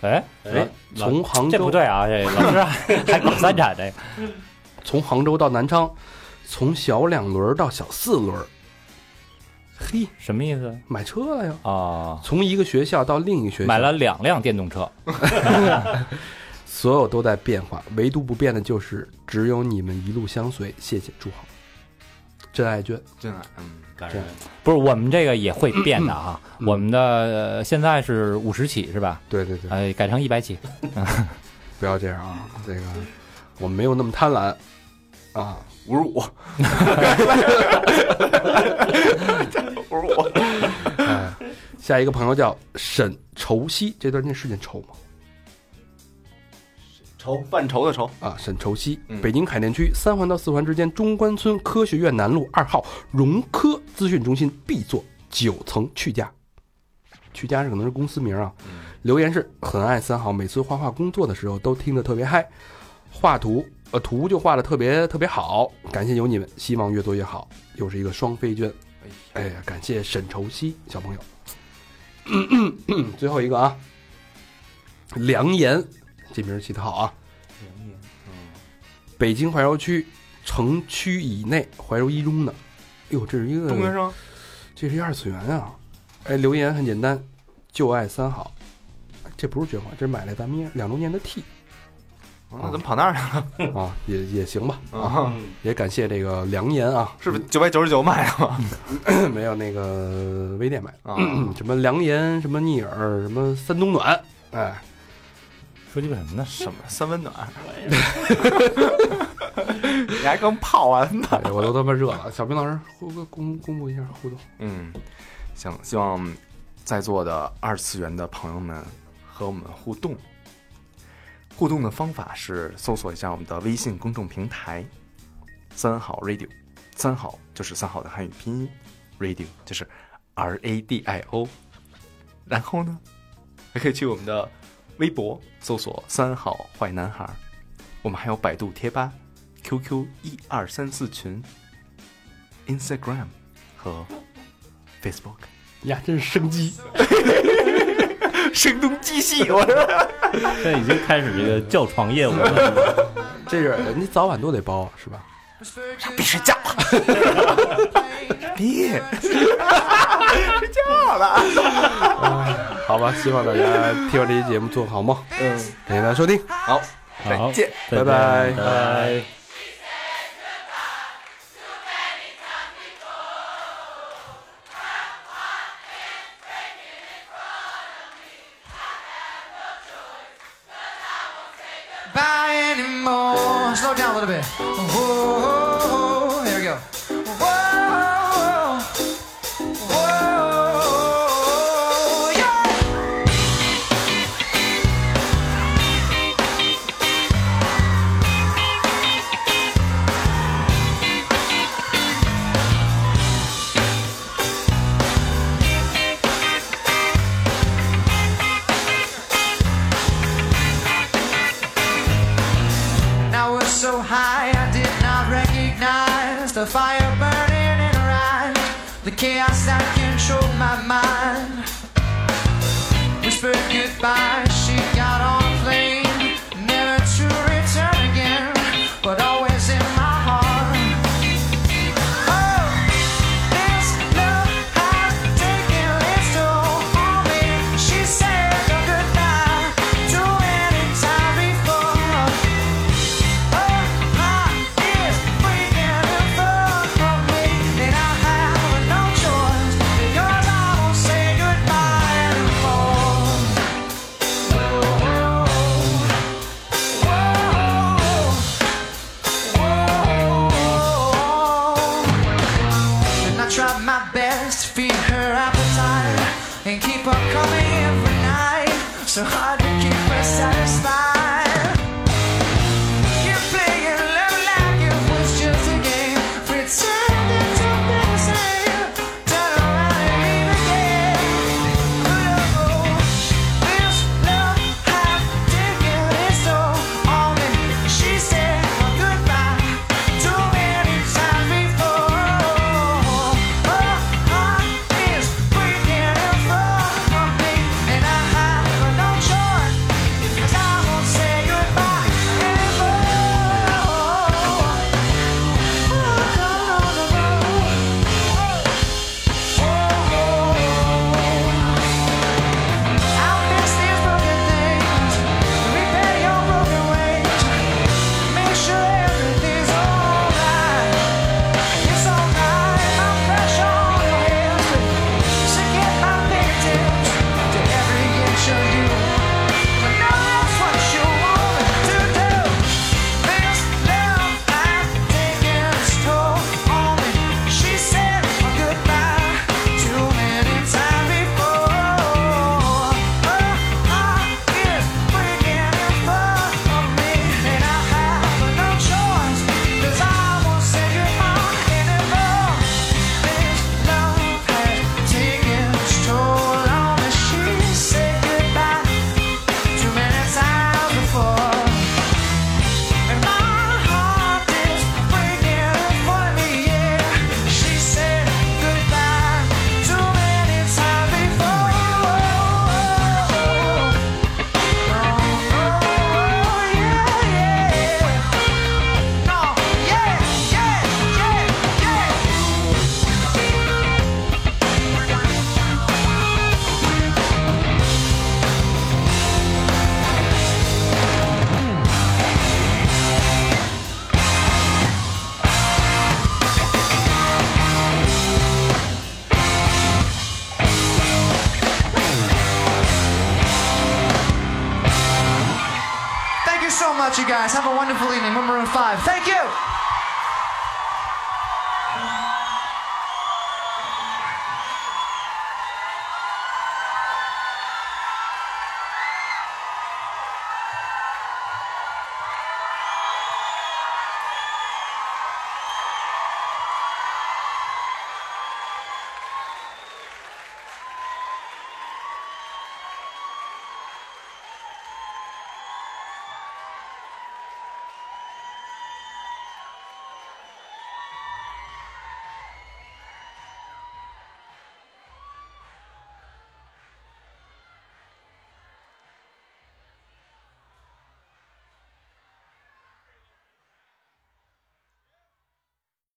S2: 哎，
S5: 哎，
S4: 从杭
S2: 这不
S4: 州，
S2: 对啊，这老师还还搞三产这个，
S4: 从杭州到南昌，从小两轮儿到小四轮儿，嘿，
S2: 什么意思
S4: 买车了呀！
S2: 啊？
S4: 从一个学校到另一个学校，
S2: 买了两辆电动车，
S4: 所有都在变化，唯独不变的就是只有你们一路相随。谢谢，祝好，真爱娟。
S3: 真爱， 嗯，
S5: 感人
S2: 不是我们这个也会变的啊。
S4: 嗯
S2: 我们的呃现在是五十起是吧？
S4: 对对对，
S2: 哎，改成一百起，
S4: 不要这样啊！这个我们没有那么贪婪啊。
S3: 五十五，五十五，
S4: 哎，下一个朋友叫沈愁熙，这段念是念愁吗？
S3: 仇犯仇的仇，
S4: 啊，沈愁西
S3: 嗯，
S4: 北京海淀区三环到四环之间中关村科学院南路二号融科资讯中心 B 座九层去家。去家是可能是公司名啊。留言是很爱三好，每次画画工作的时候都听得特别嗨，画图呃图就画的特别特别好，感谢有你们，希望越做越好。又是一个双飞娟，哎呀，感谢沈愁西小朋友。 最后一个啊，梁岩，这名儿起得好啊。北京怀柔区城区以内怀柔一中的，哟，这是一
S3: 中学
S4: 个，
S3: 生，
S4: 这是一二次元啊！哎，留言很简单，就爱三好，这不是绝款，这是买了咱们一两周年的 T
S3: 那怎么跑那儿了？
S4: 啊，也也行吧啊，
S3: 啊，
S4: 也感谢这个良言啊，
S3: 是不是九百九十九买的吗？
S4: 没有那个微店买
S3: 啊，
S4: 嗯 什么良言，什么逆耳，什么三冬暖，哎，
S2: 说鸡巴什么呢？
S3: 什么三温暖？ 你还刚泡啊完呢。
S4: 哎我都他妈热了。小兵老师，公公公布一下互动，
S3: 嗯，想希望在座的二次元的朋友们和我们互动。互动的方法是搜索一下我们的微信公众平台“三好 radio”，三好就是三好的汉语拼音，radio 就是 R A D I O。然后呢，还可以去我们的微博搜索“三好坏男孩”，我们还有百度贴吧、QQ 一二三四群、Instagram 和 Facebook。
S4: 呀，真是生机，
S3: 声东击西，我说
S5: 现在已经开始这个教床业务了。
S4: 这是人家早晚都得包啊，是吧？
S3: 必睡觉了，别睡觉了。
S4: 好吧，希望大家听完这期节目做个好梦。嗯，感谢大家收听。
S3: 好，
S2: 好，
S3: 再见。
S2: 再见
S4: 拜拜
S2: 拜拜。
S6: buy anymore. Slow down a little bit. Whoa, whoa, whoa. here we go. Whoa, whoa, yeah. Now we're so high, I did not recognize the fire burning in her eyes, the chaos that controlled my mind. Whispered goodbye, she got on a plane, never to return again, but always in my heart. Oh, this love has taken its toll on me. She said no goodbye to any time before. Oh and I tried my best to feed her appetite and keep her coming every night. So hard to keep her satisfied. You're playing love like it was just a game, pretending something the same. Turn around and leave again. Oh, this love has taken its toll on me. She said goodbye too many times before. Her heart is breaking in front of me, and I have no choice 'cause I won't say. Oh, Oh, Oh,
S7: you so much, you guys. Have a wonderful evening. We're Maroon 5. Thank you.